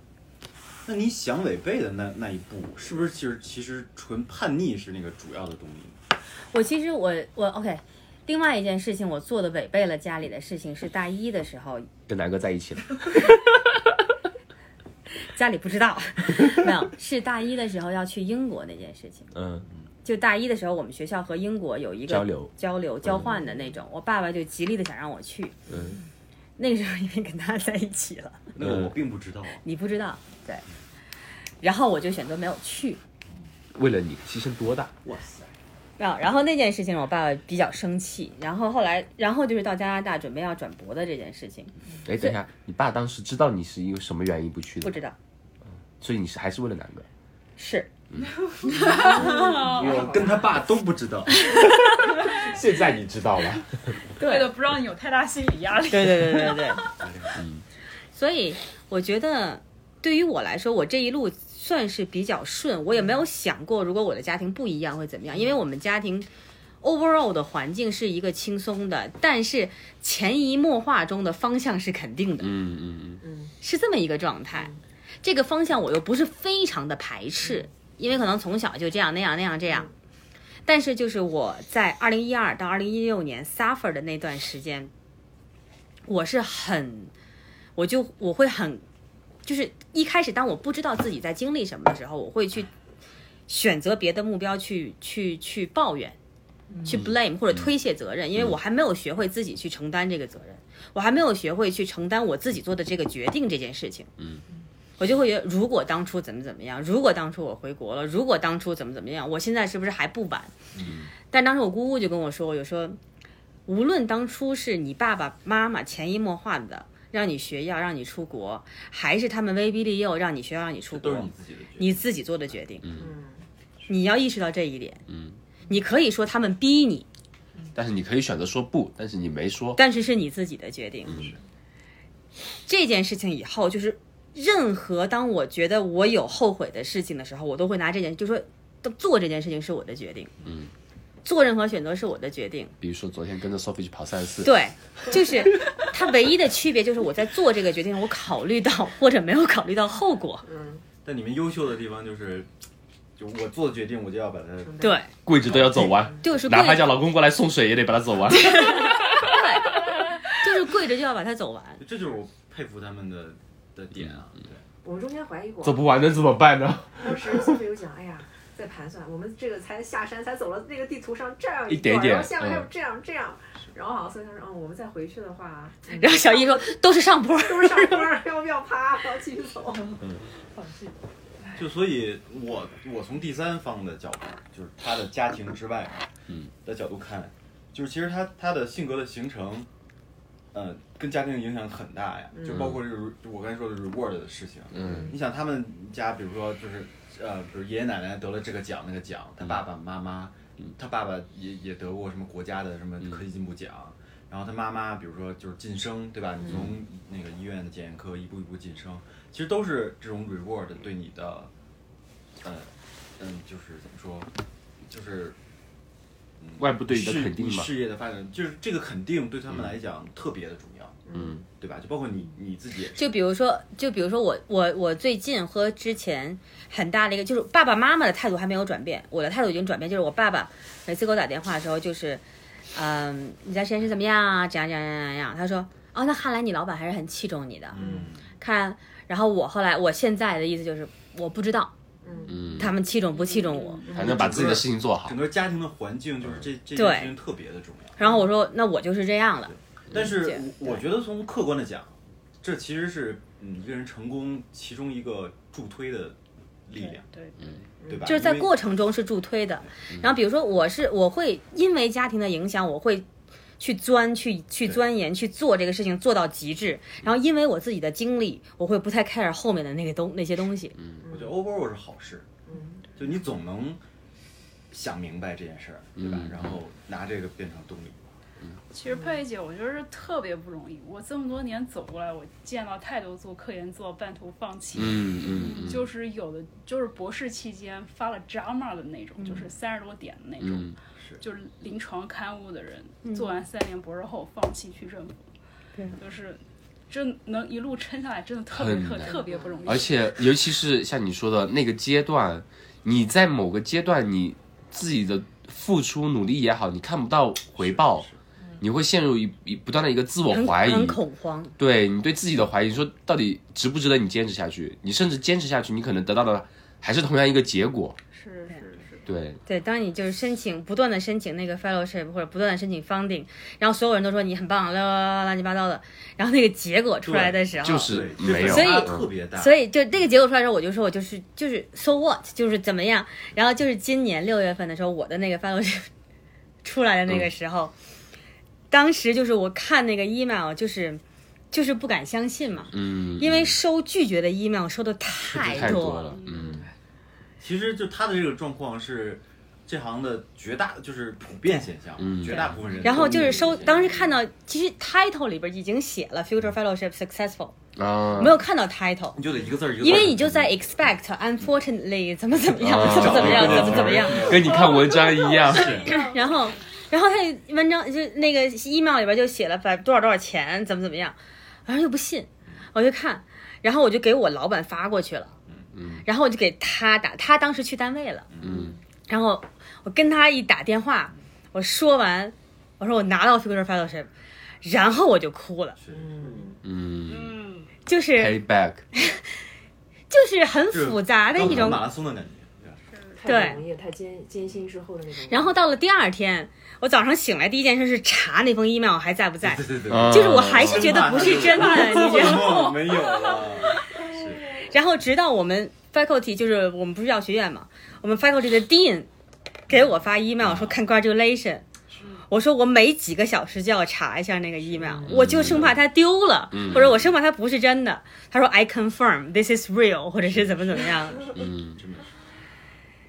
Speaker 8: 那你想违背的那那一步，是不是其实其实纯叛逆是那个主要的动力？
Speaker 5: 我其实我我 OK。另外一件事情，我做的违背了家里的事情，是大一的时候，
Speaker 1: 跟南哥在一起了，
Speaker 5: 家里不 知道，没有，是大一的时候要去英国那件事情。
Speaker 1: 嗯，
Speaker 5: 就大一的时候，我们学校和英国有一个
Speaker 1: 交流
Speaker 5: 交流交换的那种，我爸爸就极力的想让我去。
Speaker 1: 嗯，
Speaker 5: 那个时候因为跟他在一起了，
Speaker 8: 那个我并不知道啊。
Speaker 5: 你不知道，对。然后我就选择没有去。
Speaker 1: 为了你牺牲多大？
Speaker 8: 哇塞，
Speaker 5: 啊，然后那件事情我爸爸比较生气，然后后来，然后就是到加拿大准备要转博的这件事情，
Speaker 1: 哎，等一下，你爸当时知道你是因为什么原因不去
Speaker 5: 不
Speaker 1: 的，
Speaker 5: 知道
Speaker 1: 所以你是还是为了南哥？
Speaker 5: 是
Speaker 8: 啊
Speaker 5: 哦
Speaker 8: 我跟他爸都不知道。
Speaker 1: 现在你知道了，
Speaker 9: 为了不让你有太大心理压力。
Speaker 5: 对对对对对，所以我觉得对于我来说，我这一路算是比较顺，我也没有想过如果我的家庭不一样会怎么样，因为我们家庭 overall 的环境是一个轻松的，但是潜移默化中的方向是肯定的，
Speaker 1: 嗯嗯嗯，
Speaker 5: 是这么一个状态。这个方向我又不是非常的排斥，因为可能从小就这样那样那样这样。但是就是我在二零一二到二零一六年 suffer 的那段时间，我是很，我就我会很，就是一开始当我不知道自己在经历什么的时候，我会去选择别的目标去去去抱怨。去 blame
Speaker 8: 嗯
Speaker 5: 或者推卸责任，因为我还没有学会自己去承担这个责任，我还没有学会去承担我自己做的这个决定这件事情。
Speaker 1: 嗯，
Speaker 5: 我就会觉得，如果当初怎么怎么样，如果当初我回国了，如果当初怎么怎么样，我现在是不是还不晚？
Speaker 8: 嗯
Speaker 5: 但当时我姑姑就跟我说，我就说，无论当初是你爸爸妈妈潜移默化的让你学要让你出国，还是他们威逼利诱让你学要让你出
Speaker 8: 都是
Speaker 5: 国
Speaker 8: 你，自己的决定。
Speaker 5: 你自己做的决定，
Speaker 1: 嗯
Speaker 5: 你要意识到这一点。
Speaker 1: 嗯，
Speaker 5: 你可以说他们逼你，
Speaker 1: 但是你可以选择说不，但是你没说，
Speaker 5: 但是是你自己的决定。
Speaker 1: 嗯
Speaker 5: 这件事情以后，就是任何当我觉得我有后悔的事情的时候，我都会拿这件，就说做这件事情是我的决定，
Speaker 1: 嗯，
Speaker 5: 做任何选择是我的决定。
Speaker 1: 比如说昨天跟着 Sophie 去跑三十四，
Speaker 5: 对，就是它唯一的区别就是我在做这个决定，我考虑到或者没有考虑到后果。
Speaker 8: 但你们优秀的地方就是，就我做决定，我就要把它。
Speaker 5: 对，
Speaker 1: 跪着都要走完，
Speaker 5: 就是跪
Speaker 1: 哪怕叫
Speaker 5: 着，
Speaker 1: 老公过来送水也得把它走完。
Speaker 5: 就是跪着就要把它走完。
Speaker 8: 这就是我佩服他们的的点啊。
Speaker 1: 嗯
Speaker 8: 对，
Speaker 3: 我们中间怀疑过，
Speaker 1: 走不完能怎么办呢？
Speaker 3: 当时苏菲有讲，哎呀，在盘算，我们这个才下山，才走了那个地图上这样
Speaker 1: 一点
Speaker 3: 段
Speaker 1: 点
Speaker 3: 然后下面还有
Speaker 1: 嗯
Speaker 3: 这样、这样，然后好像苏菲说，嗯，我们再回去的 话，嗯
Speaker 5: 然后小易说都是上坡，
Speaker 3: 都是上坡儿，要不要爬？然后继续走。放弃。
Speaker 8: 就所以我，我从第三方的角度，就是他的家庭之外，
Speaker 1: 嗯，
Speaker 8: 的角度看，就是其实他他的性格的形成，呃，跟家庭影响很大呀。就包括这个，就我刚才说的 reward 的事情，
Speaker 1: 嗯
Speaker 8: 你想他们家，比如说就是呃，比如爷爷奶奶得了这个奖那个奖，他爸
Speaker 1: 嗯
Speaker 8: 爸妈妈，嗯他爸爸也也得过什么国家的什
Speaker 1: 嗯
Speaker 8: 么科技进步奖，然后他妈妈比如说就是晋升，对吧？你从
Speaker 1: 嗯
Speaker 8: 那个医院的检验科一步一步晋升，其实都是这种 reward 对你的，呃，嗯，就是怎么说，就是。嗯
Speaker 1: 外部对你的
Speaker 8: 事
Speaker 1: 肯定
Speaker 8: 你
Speaker 1: 嘛
Speaker 8: 事业的发展就是这个肯定对他们来讲特别的重要，
Speaker 1: 嗯
Speaker 8: 对吧？就包括你你自己也是，
Speaker 5: 就比如说，就比如说我我我最近和之前很大的一个，就是爸爸妈妈的态度还没有转变，我的态度已经转变，就是我爸爸每次给我打电话的时候，就是，嗯，你在实验室怎么样啊？怎样怎样怎样怎样？他说，哦，那看来你老板还是很器重你的。
Speaker 8: 嗯，
Speaker 5: 看，然后我后来我现在的意思就是，我不知道
Speaker 1: 嗯，
Speaker 5: 他们器重不器重我。
Speaker 1: 还能把自己的事情做好嗯
Speaker 8: 整。个家庭的环境就是这这
Speaker 5: 对
Speaker 8: 件事情特别的重要。
Speaker 5: 然后我说，那我就是这样了。
Speaker 8: 但是
Speaker 5: 解
Speaker 8: 我我觉得从客观的讲，这其实是嗯一个人成功其中一个助推的力量，
Speaker 9: 对，
Speaker 8: 对吧？
Speaker 5: 就是在
Speaker 8: 因为嗯
Speaker 5: 过程中是助推的。然后比如说，我是我会因为家庭的影响，我会去钻去去
Speaker 8: 对嗯
Speaker 5: 钻研去做这个事情做到极致。然后因为我自己的经历，我会不太 care 后面的那个东那些东西。
Speaker 8: 我觉得 overall 是好事，
Speaker 3: 嗯
Speaker 8: 就你总能想明白这件事儿，对吧
Speaker 1: 嗯？
Speaker 8: 然后拿这个变成动力。
Speaker 9: 其实佩姐，我觉得是特别不容易。我这么多年走过来，我见到太多做科研做到半途放弃的
Speaker 1: 嗯嗯嗯，
Speaker 5: 嗯
Speaker 9: 就是有的就是博士期间发了 JAMA 的那种，就是三十多点的那种。
Speaker 1: 嗯
Speaker 8: 是
Speaker 9: 就是临床刊物的人，
Speaker 5: 嗯
Speaker 9: 做完三年博士后放弃去政府，就是这能一路撑下来，真的特别
Speaker 1: 很
Speaker 9: 特
Speaker 1: 难
Speaker 9: 特别不容易。
Speaker 1: 而且尤其是像你说的那个阶段，你在某个阶段你自己的付出努力也好，你看不到回报，你会陷入一一不断的一个自我
Speaker 8: 嗯
Speaker 5: 很
Speaker 1: 怀疑，
Speaker 5: 很恐慌。
Speaker 1: 对你对自己的怀疑，说到底值不值得你坚持下去？你甚至坚持下去，你可能得到的还是同样一个结果。
Speaker 9: 是是是，
Speaker 1: 对，
Speaker 5: 对，当你就是申请不断的申请那个 fellowship 或者不断的申请 funding，然后所有人都说你很棒，啦啦啦乱七八糟的，然后那个结果出来的时候，
Speaker 1: 就是
Speaker 8: 啊对
Speaker 1: 没有。
Speaker 5: 所以
Speaker 8: 这反差特别
Speaker 1: 啊
Speaker 8: 大，
Speaker 5: 所以就那个结果出来的时候，我就说我就是就是 so what，就是怎么样。然后就是今年六月份的时候，我的那个 fellowship 出来的那个时候，当时就是我看那个 email，就是就是不敢相信嘛，
Speaker 1: 嗯，
Speaker 5: 因为收拒绝的 email 收的太
Speaker 1: 太多
Speaker 5: 多
Speaker 1: 了，嗯，
Speaker 8: 其实就他的这个状况是这行的绝大就是普遍现象，
Speaker 1: 嗯
Speaker 8: 绝大部分人。
Speaker 5: 然后就是收，当时看到其实 title 里边已经写了 future fellowship successful，
Speaker 1: 啊，
Speaker 5: 没有看到 title，
Speaker 8: 你就得一个字儿一个字儿，
Speaker 5: 因为你就在 expect unfortunately 怎么怎么样，
Speaker 1: 啊
Speaker 5: 怎么怎么样，怎么怎么样。
Speaker 1: 跟你看文章一样，
Speaker 5: 然后，然后他文章就那个 email 里边就写了把多少多少钱，怎么怎么样，然后又不信，我就看，然后我就给我老板发过去了，嗯，然后我就给他打，他当时去单位了，
Speaker 1: 嗯，
Speaker 5: 然后我跟他一打电话，我说完，我说我拿到 future fellowship，然后我就哭了，
Speaker 1: 嗯
Speaker 5: 就是
Speaker 1: ，payback，
Speaker 5: 就是很
Speaker 8: 就是
Speaker 5: 复杂的
Speaker 8: 刚
Speaker 5: 一
Speaker 8: 跑
Speaker 5: 种
Speaker 8: 马拉松的感觉，对吧
Speaker 5: 对
Speaker 3: 太不容易了，太艰艰辛之后的那种。
Speaker 5: 然后到了第二天，我早上醒来第一件事是查那封 email 还在不在，
Speaker 8: 对对
Speaker 1: 啊
Speaker 8: 对，
Speaker 5: 就是我还是觉得不是真的，你知道吗？
Speaker 8: 哦没有 了，
Speaker 5: 然后直到我们 faculty 就是我们不是药学院嘛，我们 faculty 的 dean 给我发 email 说 congratulation，我说我每几个小时就要查一下那个 email，我就生怕它丢了，或者我生怕它不是真的。他说 I confirm this is real，或者是怎么怎么样，
Speaker 1: 嗯，
Speaker 8: 真的是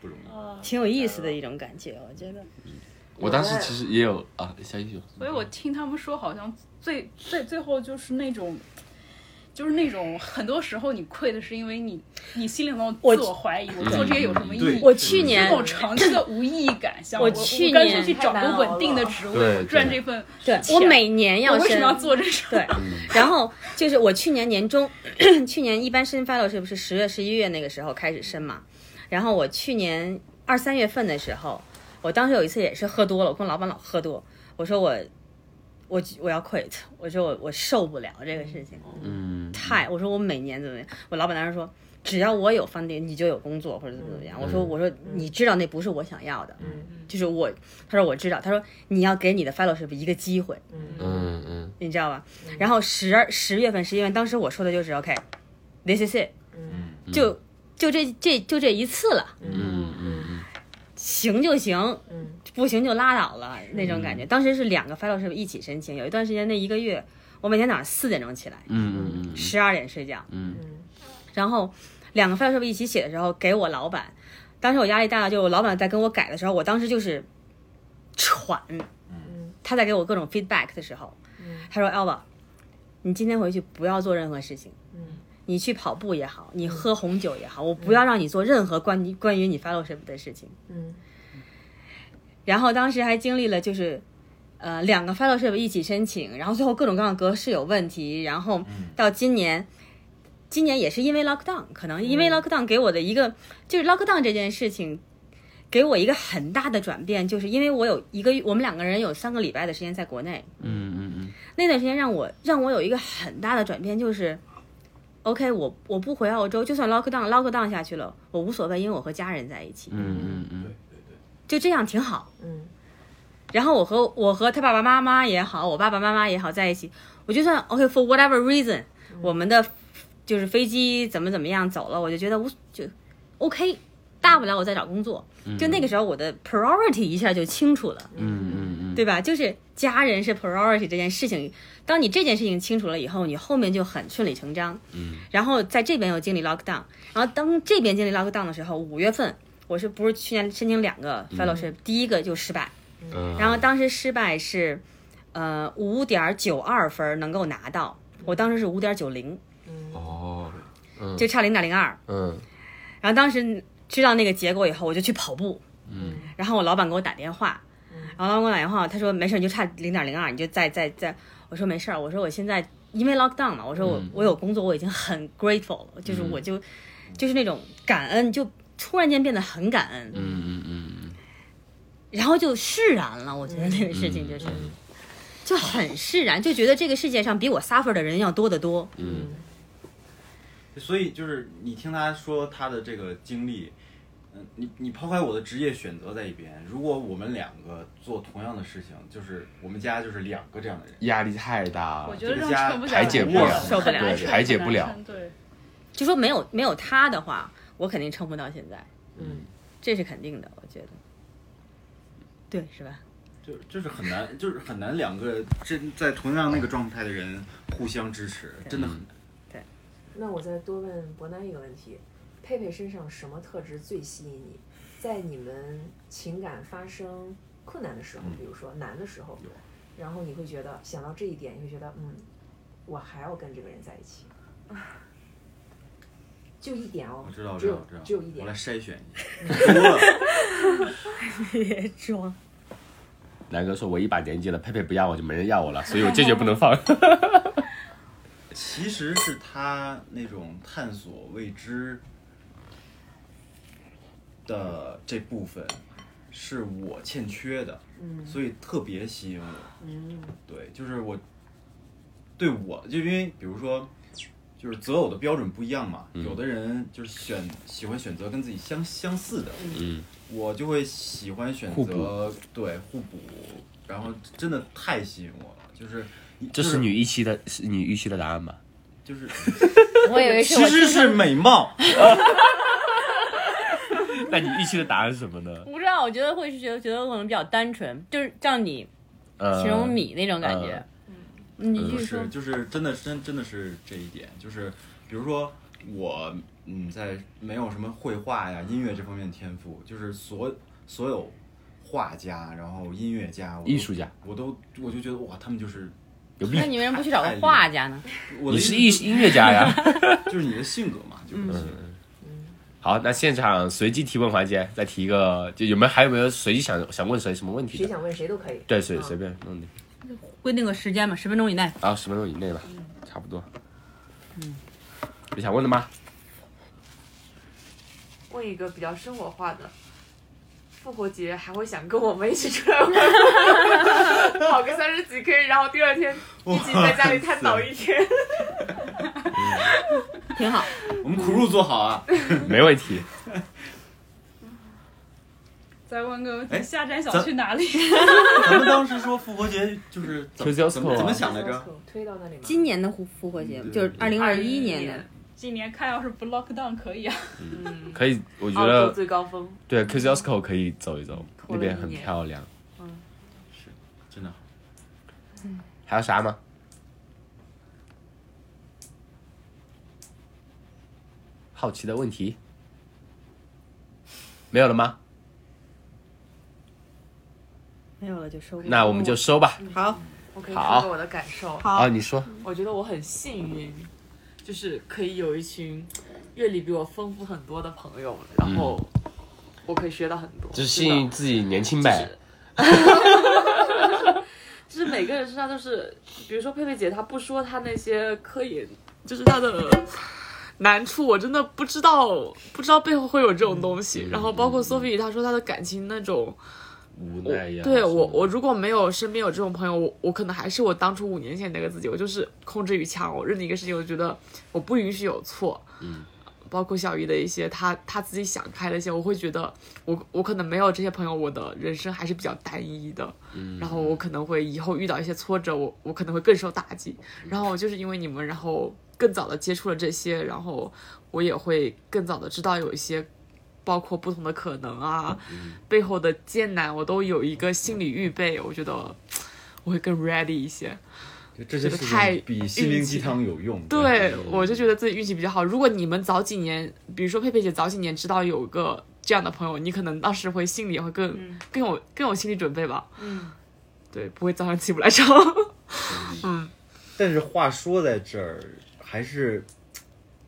Speaker 8: 不容易。
Speaker 5: 挺有意思的一种感觉，我
Speaker 9: 嗯
Speaker 5: 觉得。
Speaker 1: 我当时其实也有啊，小英雄，
Speaker 9: 所以我听他们说，好像最最最后就是那种。就是那种很多时候你愧的是因为你你心里那种
Speaker 5: 我
Speaker 9: 自我怀疑，我
Speaker 1: 嗯
Speaker 9: 做这些有什么意义
Speaker 8: 对？
Speaker 5: 我去
Speaker 9: 这
Speaker 5: 年
Speaker 9: 种长期的无意义感，像
Speaker 5: 我
Speaker 9: 我
Speaker 5: 去
Speaker 9: 我干
Speaker 5: 年
Speaker 9: 脆去找
Speaker 3: 太难熬
Speaker 9: 个稳定的职
Speaker 1: 对
Speaker 9: 位
Speaker 1: 对
Speaker 9: 赚这份
Speaker 5: 对
Speaker 9: 钱
Speaker 5: 我每年
Speaker 9: 我
Speaker 5: 要
Speaker 9: 为什
Speaker 5: 申
Speaker 9: 么要做这事儿？
Speaker 5: 对，然后就是我去年年中， 去年一般申 fellowship 是十月、十一月那个时候开始申嘛，然后我去年二三月份的时候，我当时有一次也是喝多了，我跟我老板老喝多，我说我我我要 quit，我说我我受不了这个事情，
Speaker 1: 嗯，
Speaker 5: 太我说我每年怎么样，我老板当时说。只要我有 funding，你就有工作或者怎么怎么样。我说我说你知道那不是我想要的，
Speaker 10: 嗯
Speaker 5: 就是我。他说我知道。他说你要给你的 fellowship 一个机会，
Speaker 1: 嗯嗯
Speaker 5: 你知道吧？然后十二十月份、十一月份，当时我说的就是 OK，this、is it，就就这这就这一次了，
Speaker 1: 嗯嗯
Speaker 5: 行就行，
Speaker 3: 嗯
Speaker 5: 不行就拉倒了那种感觉。
Speaker 1: 嗯
Speaker 5: 当时是两个 fellowship 一起申请，有一段时间那一个月，我每天早上四点钟起来，
Speaker 1: 嗯嗯嗯
Speaker 5: 十二点睡觉，
Speaker 1: 嗯
Speaker 5: 然后两个 fellowship 一起写的时候，给我老板，当时我压力大，就我老板在跟我改的时候，我当时就是喘，他在给我各种 feedback 的时候，他说 Elva，你今天回去不要做任何事情，你去跑步也好，你喝红酒也好，我不要让你做任何关于关于你 fellowship 的事情。
Speaker 3: 嗯
Speaker 5: 然后当时还经历了就是，呃，两个 fellowship 一起申请，然后最后各种各样的格式有问题，然后到今年，今年也是因为 lockdown，可能因为 lockdown 给我的一个就是 lockdown 这件事情。给我一个很大的转变，就是因为我有一个，我们两个人有三个礼拜的时间在国内，
Speaker 1: 嗯嗯
Speaker 5: 那段时间让我让我有一个很大的转变，就是，OK，我我不回澳洲，就算 lock down lock down 下去了，我无所谓，因为我和家人在一起，
Speaker 1: 嗯嗯
Speaker 5: 就这样挺好。
Speaker 3: 嗯
Speaker 5: 然后我和我和他爸爸妈妈也好，我爸爸妈妈也好在一起，我就算 OK for whatever reason，、我们的就是飞机怎么怎么样走了，我就觉得无就 OK，大不了我再找工作。就那个时候我的 priority 一下就清楚了。
Speaker 1: 嗯嗯嗯，
Speaker 5: 对吧？就是家人是 priority 这件事情，当你这件事情清楚了以后，你后面就很顺理成章。嗯，然后在这边又经历 lockdown，然后当这边经历 lockdown 的时候，五月份我是不是去年申请两个 fellowship，、第一个就失败，
Speaker 1: 嗯
Speaker 5: 然后当时失败是，呃，五点九二分能够拿到，我当时是五点九零，
Speaker 1: 哦，
Speaker 5: 就差零点零二。
Speaker 1: 嗯
Speaker 5: 然后当时知道那个结果以后，我就去跑步，嗯，然后我老板给我打电话，然后刚给我打电话，他说没事，你就差零点零二，你就再再再。我说没事儿，我说我现在因为 lockdown 嘛，我说我、我有工作，我已经很 grateful 了，就是我就、就是那种感恩，就突然间变得很感恩，
Speaker 1: 嗯嗯嗯
Speaker 5: 然后就释然了。我觉得这个事
Speaker 1: 嗯
Speaker 5: 情就是、就很释然，就觉得这个世界上比我 suffer 的人要多得多。
Speaker 1: 嗯
Speaker 8: 所以就是你听他说他的这个经历，嗯，你你抛开我的职业选择在一边，如果我们两个做同样的事情，就是我们家就是两个这样的人，
Speaker 1: 嗯，压力太大
Speaker 9: 我
Speaker 1: 了
Speaker 9: 觉，得
Speaker 8: 这个
Speaker 9: 这种
Speaker 8: 家
Speaker 9: 撑不下
Speaker 1: 排
Speaker 9: 来，
Speaker 1: 解
Speaker 8: 不
Speaker 9: 真的
Speaker 8: 了
Speaker 9: 很
Speaker 5: 受不了
Speaker 9: 难
Speaker 1: 对
Speaker 9: 撑
Speaker 1: 排解
Speaker 9: 很
Speaker 1: 不
Speaker 9: 难
Speaker 1: 了
Speaker 9: 撑对，
Speaker 5: 就说没有没有他的话，我肯定撑不到现在。嗯，这是肯定的，我觉得。对，是吧？
Speaker 8: 就就是很难，就是很难两个真在同样那个状态的人互相支持，真的很难。
Speaker 3: 那我再多问伯南一个问题：佩佩身上什么特质最吸引你？在你们情感发生困难的时候，
Speaker 8: 嗯
Speaker 3: 比如说难的时候，然后你会觉得想到这一点，你会觉得嗯，我还要跟这个人在一 起。就一点哦，
Speaker 8: 我知道，我
Speaker 3: 只
Speaker 8: 知
Speaker 3: 有
Speaker 8: 道，我知道，
Speaker 3: 只有一
Speaker 8: 我
Speaker 3: 点
Speaker 8: 来，筛选 一下，多了。
Speaker 5: 别装。
Speaker 1: 南哥说：“我一把年纪了，佩佩不要我就没人要我了，所以我坚决不能 放。
Speaker 8: 其实是他那种探索未知的这部分是我欠缺的，所以特别吸引我。对，就是我对我就因为比如说，就是择偶的标准不一样嘛，
Speaker 1: 嗯
Speaker 8: 有的人就是选喜欢选择跟自己相相似的，
Speaker 1: 嗯，
Speaker 8: 我就会喜欢选
Speaker 1: 互
Speaker 8: 择对互补，然后真的太吸引我了，就是。”
Speaker 1: 这是你预期的，是你预期的答案吗？
Speaker 8: 就是
Speaker 5: 我以为
Speaker 8: 其实是美貌，
Speaker 1: 那你预期的答案是什么呢？
Speaker 5: 我不知道，我觉得会是觉得觉得我可能比较单纯，就是像你
Speaker 1: 呃，
Speaker 5: 形容你那种感觉
Speaker 1: 呃。
Speaker 5: 嗯，你
Speaker 8: 就
Speaker 5: 就是说
Speaker 8: 是，就是真的真真的是这一点，就是比如说我嗯在没有什么绘画呀音乐这方面的天赋，就是所所有画家，然后音乐家、我都
Speaker 1: 艺术家，
Speaker 8: 我都我就觉得哇，他们就是
Speaker 1: 有病
Speaker 5: 那！你为什么不去找个画家呢？
Speaker 8: 我的
Speaker 1: 你是
Speaker 8: 意
Speaker 1: 艺
Speaker 8: 思
Speaker 1: 音乐家呀。
Speaker 8: 就是你的性格嘛，就是性格
Speaker 1: 好，那现场随机提问环节，再提一个，就有没有还有没有随机想想问谁什么问题
Speaker 3: 谁
Speaker 1: 的？
Speaker 3: 想问谁都可以。
Speaker 1: 对，随
Speaker 3: 啊
Speaker 1: 随便问你，
Speaker 5: 规定个时间嘛，十分钟以内。
Speaker 1: 啊，十分钟以内吧，差不多。嗯，有想问的吗？
Speaker 10: 问一个比较生活化的，复活节还会想跟我们一起出来玩吗， 跑个三十几 K，然后第二天嗯一起在家里探讨一天。
Speaker 5: 挺好。
Speaker 8: 我们苦路做好 啊，
Speaker 1: 没问题。
Speaker 9: 再问个问
Speaker 8: 哎
Speaker 9: 题，下站
Speaker 8: 咱
Speaker 9: 想去哪里？
Speaker 8: 咱们当时说复活节就是怎么
Speaker 1: Q Q
Speaker 8: 怎么怎么
Speaker 1: School
Speaker 8: 想来着？
Speaker 3: 推到那里吗？
Speaker 5: 今年的复复活节
Speaker 8: 嗯
Speaker 5: 就是二
Speaker 8: 对
Speaker 5: 零二一
Speaker 10: 年
Speaker 5: 年的，
Speaker 9: 今年看要是不 lock down 可以啊。
Speaker 1: 可以，我觉
Speaker 10: 澳洲
Speaker 1: 得
Speaker 10: 最高峰，
Speaker 1: 对 Q Q School 可以走一走，那
Speaker 10: 拖了
Speaker 1: 边
Speaker 10: 一
Speaker 1: 很
Speaker 10: 年
Speaker 1: 漂亮。
Speaker 8: 真的
Speaker 1: 还有啥吗？好奇的问题，没有了吗？
Speaker 5: 没有了就收工。
Speaker 1: 那我们就收吧。
Speaker 5: 好。
Speaker 10: 我可以
Speaker 1: 好
Speaker 10: 说说我的感受。
Speaker 1: 好，啊你说，
Speaker 10: 我觉得我很幸运，就是可以有一群阅历比我丰富很多的朋友，然后我可以学到很多。
Speaker 1: 嗯就是
Speaker 10: 真的
Speaker 1: 信自己年轻呗。
Speaker 10: 就是每个人身上都是，比如说佩佩姐，她不说她那些科研，就是她的难处，我真的不知道，不知道背后会有这种东西。
Speaker 1: 嗯
Speaker 10: 然后包括 Sophie，她说她的感情那种，
Speaker 1: 无
Speaker 10: 我
Speaker 1: 奈呀。
Speaker 10: 对我，我如果没有身边有这种朋友，我我可能还是我当初五年前那个自己，我就是控制欲强，我认定一个事情，我觉得我不允许有错。
Speaker 1: 嗯。
Speaker 10: 包括小鱼的一些他他自己想开的一些，我会觉得我我可能没有这些朋友，我的人生还是比较单一的。
Speaker 1: 嗯
Speaker 10: 然后我可能会以后遇到一些挫折，我我可能会更受打击。
Speaker 1: 嗯
Speaker 10: 然后就是因为你们，然后更早的接触了这些，然后我也会更早的知道有一些，包括不同的可能啊， 背后的艰难，我都有一个心理预备。我觉得我会更 ready 一些。
Speaker 8: 这些事
Speaker 10: 这个太
Speaker 8: 情比心灵鸡汤有用。
Speaker 10: 对，
Speaker 8: 嗯
Speaker 10: 我就觉得自己运气比较好。如果你们早几年，比如说佩佩姐早几年知道有个这样的朋友，你可能当时会心里也会更、更有更有心理准备吧。嗯，对，不会早上起不来床。
Speaker 8: 但是话说在这儿，还是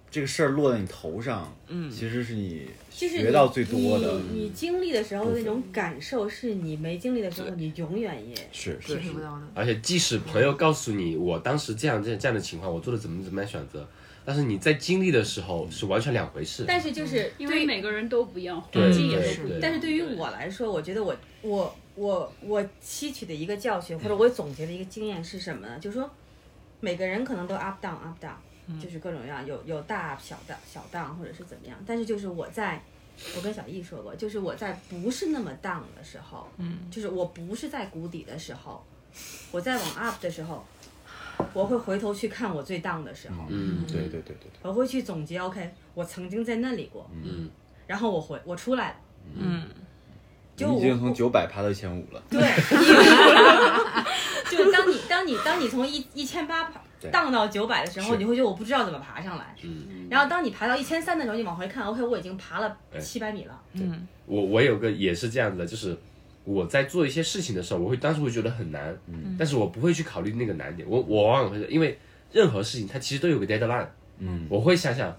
Speaker 8: 这个事儿落在你头上，嗯，其实是你学到最多的，
Speaker 5: 你你经历的时候的那种感受，是你没经历的时候，你永远也
Speaker 8: 是
Speaker 10: 体
Speaker 8: 是
Speaker 10: 会不到的。
Speaker 1: 而且即使朋友告诉你我当时这样这样这样的情况，我做了怎么怎么样选择，但是你在经历的时候是完全两回事。
Speaker 5: 但是就是
Speaker 9: 因
Speaker 5: 对
Speaker 9: 为
Speaker 5: 于
Speaker 9: 每个人都不一样，
Speaker 1: 对
Speaker 9: 环境也
Speaker 1: 对
Speaker 9: 都不一
Speaker 1: 对，
Speaker 9: 样。
Speaker 5: 但是对于我来说，我觉得我我我我吸取的一个教训，或者我总结的一个经验是什么呢？就是说，每个人可能都 up down up down，就是各种各样，有有大小的小 down，或者是怎么样。但是就是我在，我跟小易说过，就是我在不是那么 down 的时候，嗯，就是我不是在谷底的时候，我在往 up 的时候，我会回头去看我最 down 的时候，
Speaker 1: 嗯，
Speaker 8: 对对对对对，
Speaker 5: 我会去总结，OK，我曾经在那里过，
Speaker 1: 嗯，
Speaker 5: 然后我回我出来了，
Speaker 10: 嗯，
Speaker 5: 就
Speaker 8: 你已
Speaker 5: 我
Speaker 8: 经从
Speaker 5: 我
Speaker 8: 九百爬到一千五了，
Speaker 5: 对，就是当你当你当你从一一千八爬
Speaker 8: 对
Speaker 5: 荡到九百的时候，
Speaker 1: 是
Speaker 5: 你会觉得我不知道怎么爬上来。
Speaker 1: 嗯
Speaker 5: 然后当你爬到一千三的时候，你往回看，OK，我已经爬了
Speaker 1: 对
Speaker 5: 七百米了。
Speaker 1: 我我有个也是这样子的，就是我在做一些事情的时候，我会当时会觉得很难，嗯，但是我不会去考虑那个难点，我我往往会因为任何事情它其实都有个 deadline，
Speaker 8: 嗯，
Speaker 1: 我会想想，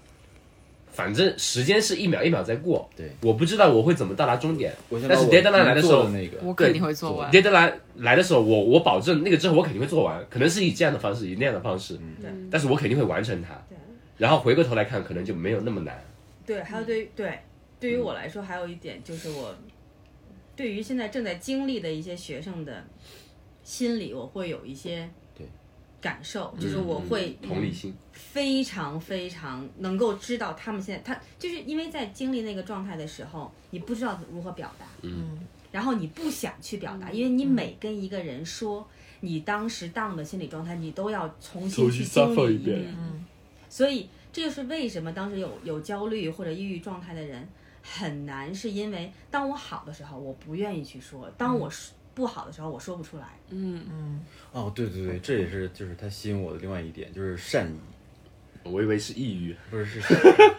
Speaker 1: 反正时间是一秒一秒在过，
Speaker 8: 对
Speaker 1: 我不知道我会怎么到达终点，
Speaker 8: 我想
Speaker 1: 但是 deadline 来的时候
Speaker 8: 做那个，
Speaker 10: 我肯定会做
Speaker 8: 对
Speaker 10: 完。
Speaker 1: deadline 来的时候，我我保证那个之后我肯定会做完，可能是以这样的方式，以那样的方式，
Speaker 5: 对
Speaker 1: 但是我肯定会完成它。
Speaker 5: 对
Speaker 1: 然后回过头来看，可能就没有那么难。
Speaker 5: 对，还有对于对对
Speaker 1: 嗯
Speaker 5: 于我来说，还有一点就是我对于现在正在经历的一些学生的心理，我会有一些
Speaker 8: 对
Speaker 5: 感受，就是我嗯会
Speaker 1: 嗯同理心，
Speaker 5: 非常非常能够知道他们现在，他就是因为在经历那个状态的时候，你不知道如何表达，
Speaker 1: 嗯，
Speaker 5: 然后你不想去表达，因为你每跟一个人说你当时当的心理状态，你都要重新
Speaker 1: 重
Speaker 5: 去
Speaker 1: 新
Speaker 5: 经
Speaker 1: suffer
Speaker 5: 历
Speaker 1: 一遍
Speaker 5: 遍，所以这就是为什么当时有有焦虑或者抑郁状态的人很难，是因为当我好的时候，我不愿意去说；
Speaker 1: 嗯
Speaker 5: 当我不好的时候，我说不出来。
Speaker 8: 哦，对对对，这也是就是他吸引我的另外一点，就是善意，
Speaker 1: 我以为是抑郁，
Speaker 8: 不是是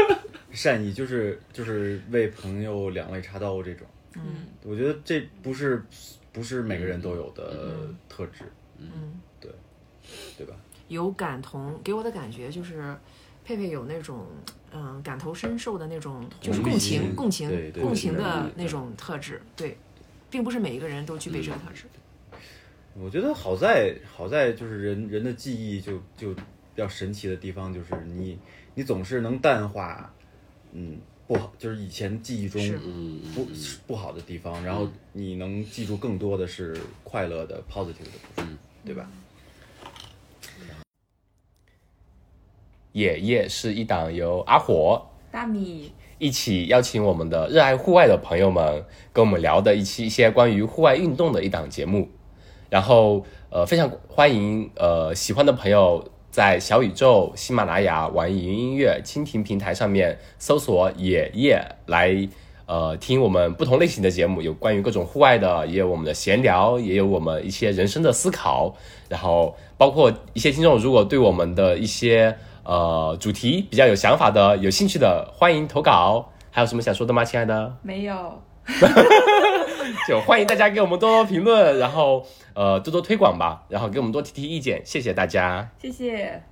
Speaker 8: 善意，就是就是为朋友两肋插刀这种。嗯，我觉得这不是不是每个人都有的特质。
Speaker 3: 嗯，
Speaker 8: 对，对吧？
Speaker 3: 有感同，给我的感觉就是佩佩有那种嗯感同身受的那种，就是
Speaker 8: 同理
Speaker 3: 共
Speaker 8: 心
Speaker 3: 情、共
Speaker 8: 对
Speaker 3: 情、
Speaker 8: 对
Speaker 3: 共情
Speaker 1: 对
Speaker 3: 的
Speaker 1: 对对
Speaker 3: 那种特质，对，并不是每一个人都具备
Speaker 8: 嗯
Speaker 3: 这个特质。
Speaker 8: 我觉得好在好在就是人人的记忆就就比较神奇的地方就是你你总是能淡化，嗯，不好就是以前记忆中
Speaker 3: 是
Speaker 1: 嗯，
Speaker 8: 不不好的地方，然后你能记住更多的是快乐的 positive 的部
Speaker 1: 嗯
Speaker 8: 分，对吧？
Speaker 1: 野夜是一档由阿火
Speaker 5: 大米，
Speaker 1: 一起邀请我们的热爱户外的朋友们，跟我们聊的一期一些关于户外运动的一档节目。然后，呃，非常欢迎呃喜欢的朋友在小宇宙、喜马拉雅、网易云音乐、蜻蜓平台上面搜索“野夜”来呃听我们不同类型的节目，有关于各种户外的，也有我们的闲聊，也有我们一些人生的思考。然后包括一些听众，如果对我们的一些呃主题比较有想法的、有兴趣的，欢迎投稿。还有什么想说的吗，亲爱的？
Speaker 2: 没有，
Speaker 1: 就欢迎大家给我们多多评论，然后呃多多推广吧，然后给我们多提提意见，谢谢大家。
Speaker 2: 谢谢。